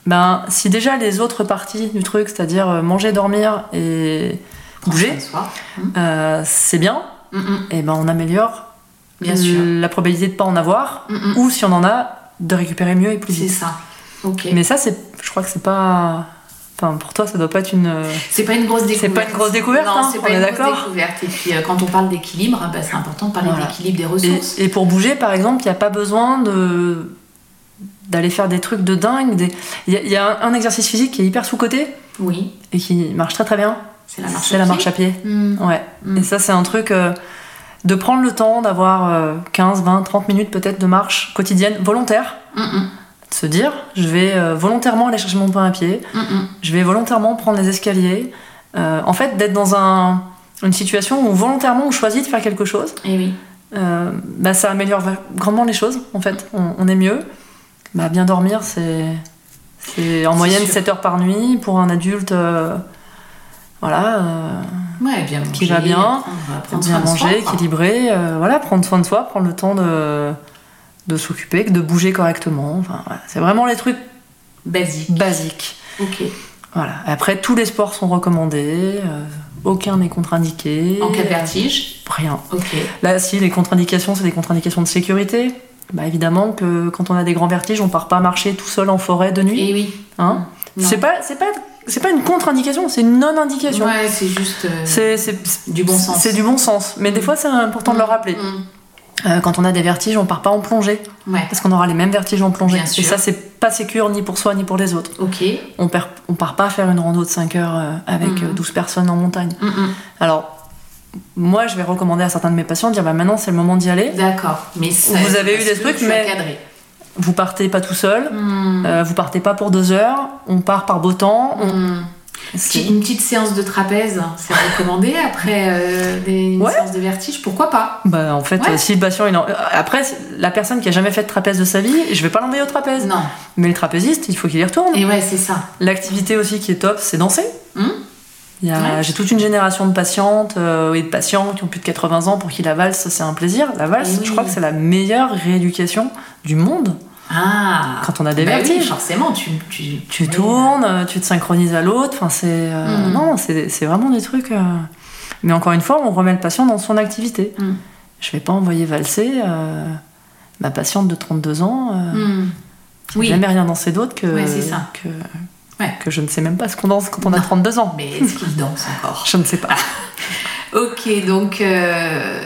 Speaker 2: Ben, si déjà les autres parties du truc, c'est-à-dire euh, manger, dormir et bouger,
Speaker 3: Prendre soin de soi.
Speaker 2: euh, c'est bien,
Speaker 3: Mm, mm,
Speaker 2: et ben on améliore
Speaker 3: Bien
Speaker 2: l-
Speaker 3: sûr.
Speaker 2: la probabilité de pas en avoir,
Speaker 3: Mm, mm.
Speaker 2: ou si on en a, de récupérer mieux et plus
Speaker 3: C'est
Speaker 2: vite.
Speaker 3: ça. Ok.
Speaker 2: Mais ça, c'est, je crois que c'est pas. Enfin, pour toi, ça doit pas être une. euh,
Speaker 3: C'est pas une grosse découverte.
Speaker 2: C'est pas une grosse découverte,
Speaker 3: Non,
Speaker 2: hein,
Speaker 3: c'est
Speaker 2: on
Speaker 3: pas
Speaker 2: est
Speaker 3: une grosse
Speaker 2: d'accord.
Speaker 3: découverte. Et puis euh, quand on parle d'équilibre, bah, c'est important de parler
Speaker 2: Voilà.
Speaker 3: d'équilibre des
Speaker 2: Et,
Speaker 3: ressources.
Speaker 2: et pour bouger, par exemple, il n'y a pas besoin de d'aller faire des trucs de dingue. des- Il y a, il y a un, un exercice physique qui est hyper sous-coté
Speaker 3: Oui,
Speaker 2: et qui marche très très bien.
Speaker 3: c'est la marche.
Speaker 2: C'est
Speaker 3: à
Speaker 2: la
Speaker 3: pied.
Speaker 2: marche à pied.
Speaker 3: Mm.
Speaker 2: Ouais.
Speaker 3: Mm.
Speaker 2: Et ça, c'est un truc euh, de prendre le temps d'avoir euh, 15, 20, 30 minutes peut-être de marche quotidienne volontaire.
Speaker 3: Mm, mm,
Speaker 2: De se dire, je vais euh, volontairement aller chercher mon pain à pied.
Speaker 3: mm, mm.
Speaker 2: je vais volontairement prendre les escaliers. Euh, en fait, d'être dans un- une situation où volontairement on choisit de faire quelque chose,
Speaker 3: Eh oui.
Speaker 2: euh, bah, ça améliore va- grandement les choses. En fait, on, on est mieux. Bah, bien dormir, c'est c'est en
Speaker 3: C'est
Speaker 2: moyenne
Speaker 3: sûr.
Speaker 2: 7 heures par nuit pour un adulte. euh, voilà, euh,
Speaker 3: Ouais, bien manger.
Speaker 2: Qui va bien,
Speaker 3: prendre, prendre
Speaker 2: bien
Speaker 3: soin de soi,
Speaker 2: manger,
Speaker 3: quoi.
Speaker 2: équilibré. euh, voilà, prendre soin de soi, prendre le temps de, de s'occuper, de bouger correctement. Enfin, voilà. C'est vraiment les trucs
Speaker 3: Basique.
Speaker 2: basiques.
Speaker 3: Ok.
Speaker 2: Voilà. Après, tous les sports sont recommandés, euh, aucun n'est contre-indiqué.
Speaker 3: En cas de vertige.
Speaker 2: Rien.
Speaker 3: Ok.
Speaker 2: Là, si les contre-indications, c'est des contre-indications de sécurité. Bah évidemment que quand on a des grands vertiges, on part pas marcher tout seul en forêt de nuit.
Speaker 3: Eh oui.
Speaker 2: Hein
Speaker 3: Non.
Speaker 2: c'est pas, c'est pas, c'est pas une contre-indication, c'est une non-indication.
Speaker 3: Ouais, c'est juste euh,
Speaker 2: C'est, c'est-
Speaker 3: du bon sens.
Speaker 2: c'est du bon sens. Mais des fois, c'est important de le rappeler.
Speaker 3: Mm.
Speaker 2: Euh, quand on a des vertiges, on part pas en plongée
Speaker 3: Ouais.
Speaker 2: parce qu'on aura les mêmes vertiges en plongée.
Speaker 3: Bien
Speaker 2: Et
Speaker 3: sûr.
Speaker 2: ça, c'est pas sécur ni pour soi ni pour les autres.
Speaker 3: Ok.
Speaker 2: On, perd, on part pas faire une rando de 5 heures euh, avec
Speaker 3: Mhm.
Speaker 2: euh, 12 personnes en montagne.
Speaker 3: Mm, mm.
Speaker 2: Alors, moi, je vais recommander à certains de mes patients de dire bah, maintenant, c'est le moment d'y aller.
Speaker 3: D'accord. Mais ça,
Speaker 2: Vous avez eu
Speaker 3: parce
Speaker 2: des
Speaker 3: que
Speaker 2: trucs,
Speaker 3: je suis
Speaker 2: mais-
Speaker 3: encadrée.
Speaker 2: Vous partez pas tout seul,
Speaker 3: Mm,
Speaker 2: euh, vous partez pas pour deux heures, on part par beau temps. on-
Speaker 3: mm. Petit-
Speaker 2: C'est-
Speaker 3: Une petite séance de trapèze, c'est recommandé après euh, des, une
Speaker 2: Ouais.
Speaker 3: séance de vertige, pourquoi pas
Speaker 2: Bah, en fait,
Speaker 3: Ouais.
Speaker 2: euh, si le patient. Il en- euh, Après, c'est- la personne qui a jamais fait de trapèze de sa vie, je vais pas l'envoyer au trapèze.
Speaker 3: Non.
Speaker 2: Mais le trapéziste, il faut qu'il y retourne.
Speaker 3: Et ouais, c'est ça.
Speaker 2: L'activité aussi qui est top, c'est danser.
Speaker 3: Hmm
Speaker 2: Il y a-
Speaker 3: Ouais.
Speaker 2: J'ai toute une génération de patientes euh, et de patients qui ont plus de 80 ans pour qui la valse, c'est un plaisir. La valse,
Speaker 3: Oui.
Speaker 2: je crois que c'est la meilleure rééducation du monde.
Speaker 3: Ah
Speaker 2: Quand on a des
Speaker 3: Bah oui,
Speaker 2: vertiges.
Speaker 3: forcément, tu. tu,
Speaker 2: tu
Speaker 3: oui.
Speaker 2: tournes, euh, tu te synchronises à l'autre. Enfin, c'est euh,
Speaker 3: Mm.
Speaker 2: non, c'est c'est vraiment des trucs. euh, Mais encore une fois, on remet le patient dans son activité.
Speaker 3: Mm.
Speaker 2: Je vais pas envoyer valser euh, ma patiente de 32 ans. euh,
Speaker 3: Hmm. Oui,
Speaker 2: Jamais rien dansé d'autre que
Speaker 3: Ouais, c'est ça.
Speaker 2: que
Speaker 3: Ouais.
Speaker 2: que je ne sais même pas ce qu'on danse quand on a
Speaker 3: Non.
Speaker 2: 32 ans.
Speaker 3: mais est-ce qu'il danse encore
Speaker 2: Je ne sais pas.
Speaker 3: Ok, donc euh,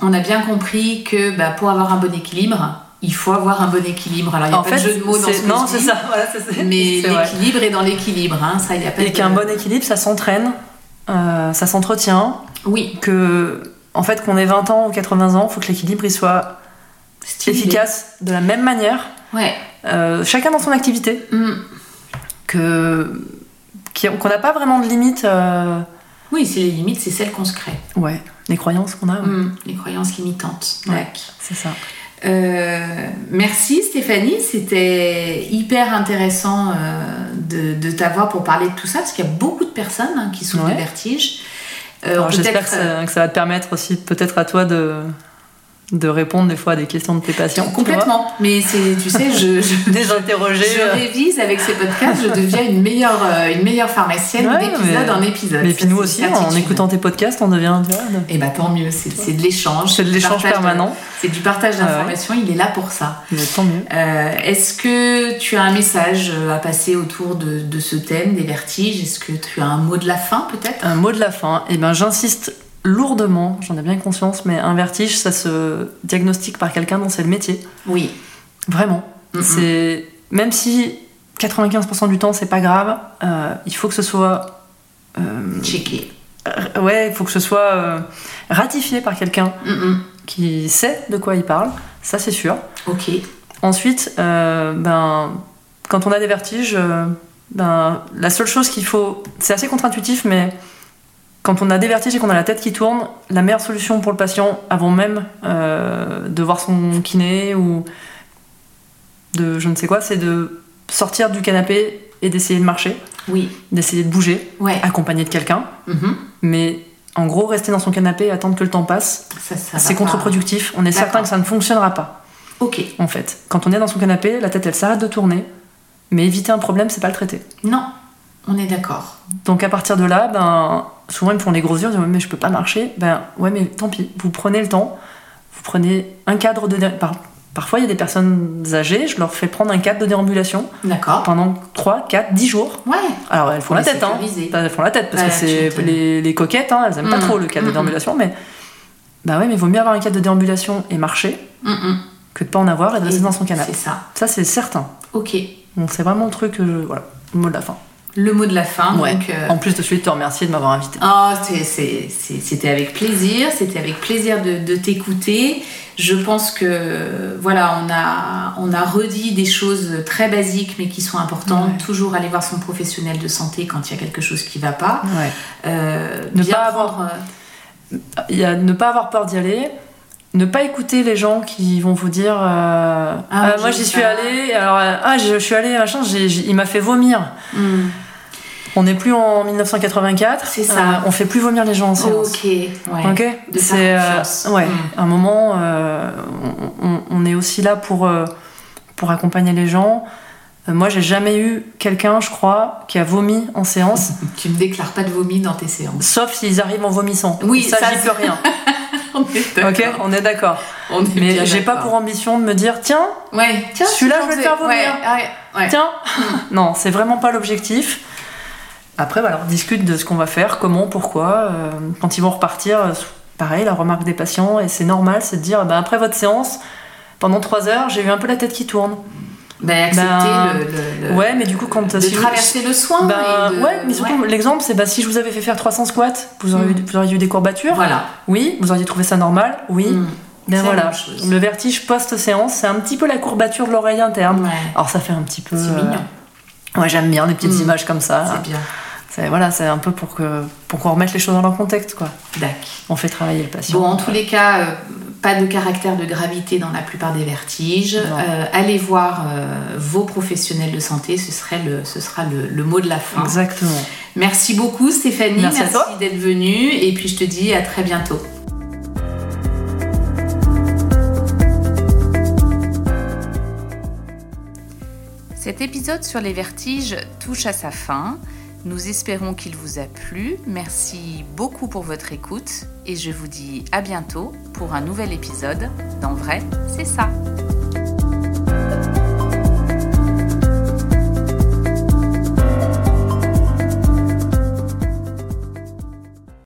Speaker 3: on a bien compris que bah, pour avoir un bon équilibre, il faut avoir un bon équilibre. Alors il n'y a
Speaker 2: en
Speaker 3: Ah, pas de
Speaker 2: fait,
Speaker 3: jeu de mots dans
Speaker 2: c'est-
Speaker 3: ce que
Speaker 2: non,
Speaker 3: je
Speaker 2: c'est
Speaker 3: dis,
Speaker 2: ça. Voilà, c'est- c'est-
Speaker 3: Mais
Speaker 2: c'est vrai.
Speaker 3: l'équilibre est dans l'équilibre, hein, ça, il n'y a pas
Speaker 2: Et
Speaker 3: de-
Speaker 2: qu'un bon équilibre, ça s'entraîne, euh, ça s'entretient.
Speaker 3: Oui,
Speaker 2: Que en fait, qu'on ait 20 ans ou 80 ans, faut que l'équilibre il soit
Speaker 3: stylé.
Speaker 2: efficace de la même manière.
Speaker 3: Ouais.
Speaker 2: Euh, chacun dans son activité,
Speaker 3: Hmm.
Speaker 2: que qui- qu'on n'a pas vraiment de limite. euh,
Speaker 3: Oui, c'est les limites, c'est celles qu'on se crée.
Speaker 2: Ouais, les croyances qu'on a. ouais,
Speaker 3: Hmm, Les croyances limitantes.
Speaker 2: Ouais.
Speaker 3: Tac.
Speaker 2: C'est ça.
Speaker 3: Euh, merci Stéphanie, c'était hyper intéressant euh, de, de t'avoir pour parler de tout ça, parce qu'il y a beaucoup de personnes hein, qui souffrent
Speaker 2: Ouais.
Speaker 3: de vertige. Euh,
Speaker 2: Alors, J'espère que,
Speaker 3: peut-être, euh,
Speaker 2: ça- que ça va te permettre aussi, peut-être à toi, de, de répondre des fois à des questions de tes patients. tu
Speaker 3: Complètement, mais c'est, tu sais, je, je,
Speaker 2: vois. Des interroger.
Speaker 3: je
Speaker 2: euh,
Speaker 3: révise avec ces podcasts, je deviens une meilleure, euh, une meilleure pharmacienne
Speaker 2: Ouais,
Speaker 3: d'épisode
Speaker 2: mais-
Speaker 3: en épisode.
Speaker 2: Mais
Speaker 3: Ça,
Speaker 2: puis nous
Speaker 3: c'est
Speaker 2: aussi,
Speaker 3: une
Speaker 2: en
Speaker 3: certitude.
Speaker 2: écoutant tes podcasts, on devient. tu vois, de-
Speaker 3: Eh ben tant mieux, c'est, c'est de l'échange.
Speaker 2: C'est de
Speaker 3: du
Speaker 2: l'échange
Speaker 3: partage de-
Speaker 2: permanent.
Speaker 3: c'est du partage
Speaker 2: Ah ouais.
Speaker 3: d'informations, il est là pour ça.
Speaker 2: Mais tant mieux.
Speaker 3: Euh, Est-ce que tu as un message euh, à passer autour de, de ce thème des vertiges Est-ce que tu as un mot de la fin peut-être
Speaker 2: Un mot de la fin. Et ben, j'insiste lourdement, j'en ai bien conscience, mais un vertige, ça se diagnostique par quelqu'un dont c'est le métier.
Speaker 3: Oui.
Speaker 2: Vraiment.
Speaker 3: Mhm.
Speaker 2: C'est même si 95% du temps c'est pas grave, euh, il faut que ce soit euh,
Speaker 3: Checker.
Speaker 2: euh, ouais, il faut que ce soit euh, ratifié par quelqu'un
Speaker 3: Mm, mm.
Speaker 2: qui sait de quoi il parle. Ça c'est sûr.
Speaker 3: Ok.
Speaker 2: Ensuite, euh, ben quand on a des vertiges, euh, ben la seule chose qu'il faut, c'est assez contre-intuitif, mais quand on a des vertiges et qu'on a la tête qui tourne, la meilleure solution pour le patient, avant même euh, de voir son kiné ou de je ne sais quoi, c'est de sortir du canapé et d'essayer de marcher,
Speaker 3: Oui.
Speaker 2: d'essayer de bouger,
Speaker 3: Ouais.
Speaker 2: accompagné de quelqu'un.
Speaker 3: Mhm.
Speaker 2: Mais en gros, rester dans son canapé et attendre que le temps passe,
Speaker 3: Ça, ça va
Speaker 2: c'est
Speaker 3: pas.
Speaker 2: contre-productif. On est
Speaker 3: D'accord.
Speaker 2: certain que ça ne fonctionnera pas.
Speaker 3: Ok.
Speaker 2: en fait. Quand on est dans son canapé, la tête elle s'arrête de tourner, mais éviter un problème, c'est pas le traiter.
Speaker 3: Non, on est d'accord.
Speaker 2: Donc à partir de là, ben, souvent ils me font les gros yeux, ils disent Ouais, mais je peux pas marcher. Ben ouais, mais tant pis, vous prenez le temps, vous prenez un cadre de. dé- par- Parfois il y a des personnes âgées, je leur fais prendre un cadre de déambulation
Speaker 3: D'accord.
Speaker 2: pendant 3, 4, 10 jours.
Speaker 3: Ouais.
Speaker 2: Alors elles font
Speaker 3: Pour
Speaker 2: la
Speaker 3: les
Speaker 2: tête, hein.
Speaker 3: sécuriser.
Speaker 2: Elles font la tête parce
Speaker 3: Ouais,
Speaker 2: que c'est
Speaker 3: tu m'étonnes.
Speaker 2: les, les coquettes, hein, elles aiment pas
Speaker 3: Mm.
Speaker 2: trop le cadre de
Speaker 3: Mm,
Speaker 2: déambulation, mais bah ouais, mais vaut mieux avoir un cadre de déambulation et marcher
Speaker 3: Mm,
Speaker 2: que de pas en avoir et de
Speaker 3: mm.
Speaker 2: rester dans son
Speaker 3: C'est
Speaker 2: canapé.
Speaker 3: ça.
Speaker 2: Ça c'est certain.
Speaker 3: Ok.
Speaker 2: Donc c'est vraiment le truc, euh, voilà, le mot de la fin.
Speaker 3: Le mot de la fin.
Speaker 2: Ouais.
Speaker 3: donc, euh,
Speaker 2: En plus de celui de te remercier de m'avoir invité.
Speaker 3: Oh, c'est- c'est- c'est- c'était avec plaisir, c'était avec plaisir de, de t'écouter. Je pense que voilà, on a, on a redit des choses très basiques mais qui sont importantes.
Speaker 2: Ouais.
Speaker 3: Toujours aller voir son professionnel de santé quand il y a quelque chose qui va pas.
Speaker 2: Ouais.
Speaker 3: Euh,
Speaker 2: Ne
Speaker 3: bien
Speaker 2: pas
Speaker 3: prendre, euh,
Speaker 2: Il y a ne pas avoir peur d'y aller, ne pas écouter les gens qui vont vous dire euh, Ah, moi j'y suis
Speaker 3: ça.
Speaker 2: allé, alors euh, ah je, je suis allé machin, j'ai- j'ai- il m'a fait vomir. Mm.
Speaker 3: hmm,
Speaker 2: On n'est plus en 1984.
Speaker 3: C'est ça.
Speaker 2: euh, on fait plus vomir les gens en séance.
Speaker 3: Ok, ouais.
Speaker 2: Ok.
Speaker 3: de faire
Speaker 2: C'est euh,
Speaker 3: confiance.
Speaker 2: ouais.
Speaker 3: Mm.
Speaker 2: Un moment, euh, on, on- on est aussi là pour euh, pour accompagner les gens. Euh, Moi, j'ai jamais eu quelqu'un, je crois, qui a vomi en séance,
Speaker 3: Tu ne déclares pas de vomi dans tes séances.
Speaker 2: sauf s'ils arrivent en vomissant.
Speaker 3: Oui,
Speaker 2: Et ça,
Speaker 3: ça,
Speaker 2: j'y
Speaker 3: c'est-
Speaker 2: peux rien.
Speaker 3: On est d'accord.
Speaker 2: Ok, on est d'accord.
Speaker 3: On est bien
Speaker 2: Mais j'ai pas
Speaker 3: d'accord.
Speaker 2: pour ambition de me dire tiens,
Speaker 3: Ouais. Tiens,
Speaker 2: Celui-là,
Speaker 3: c'est
Speaker 2: je vais le
Speaker 3: gentil.
Speaker 2: faire vomir.
Speaker 3: Ouais, ouais, ouais.
Speaker 2: tiens. non, c'est vraiment pas l'objectif. Après, voilà, on discute de ce qu'on va faire, comment, pourquoi. euh, quand ils vont repartir, euh, pareil, la remarque des patients, et c'est normal, c'est de dire bah, après votre séance, pendant 3 heures, j'ai eu un peu la tête qui tourne.
Speaker 3: Ben,
Speaker 2: Ben,
Speaker 3: accepter le, le- le-
Speaker 2: ouais, mais du coup, quand
Speaker 3: de
Speaker 2: si vous-
Speaker 3: traverser le soin.
Speaker 2: Bah,
Speaker 3: et Ah de-
Speaker 2: ouais, mais surtout, l'exemple, c'est bah, si je vous avais fait faire 300 squats, vous auriez,
Speaker 3: Mm.
Speaker 2: eu, vous auriez eu des courbatures
Speaker 3: Voilà.
Speaker 2: Oui. Vous auriez trouvé ça normal Oui.
Speaker 3: Mm.
Speaker 2: Ben
Speaker 3: C'est la
Speaker 2: voilà.
Speaker 3: même chose.
Speaker 2: Le vertige post-séance, c'est un petit peu la courbature de l'oreille interne.
Speaker 3: Ouais.
Speaker 2: Alors ça fait un petit peu.
Speaker 3: C'est
Speaker 2: euh, ah.
Speaker 3: mignon.
Speaker 2: Ouais, j'aime bien les petites
Speaker 3: Mm.
Speaker 2: images comme ça.
Speaker 3: C'est bien.
Speaker 2: C'est voilà, c'est un peu pour que pour qu'on remette les choses dans leur contexte quoi.
Speaker 3: Dac.
Speaker 2: On fait travailler le patient.
Speaker 3: Bon, en tous les cas, euh, pas de caractère de gravité dans la plupart des vertiges.
Speaker 2: Non.
Speaker 3: Euh, allez voir euh, vos professionnels de santé, ce, serait le, ce sera le, le mot de la fin.
Speaker 2: Exactement.
Speaker 3: Merci beaucoup Stéphanie,
Speaker 2: Mm. Merci à toi.
Speaker 3: d'être venue et puis je te dis à très bientôt.
Speaker 1: Cet épisode sur les vertiges touche à sa fin. Nous espérons qu'il vous a plu. Merci beaucoup pour votre écoute et je vous dis à bientôt pour un nouvel épisode dans Vrai, c'est ça.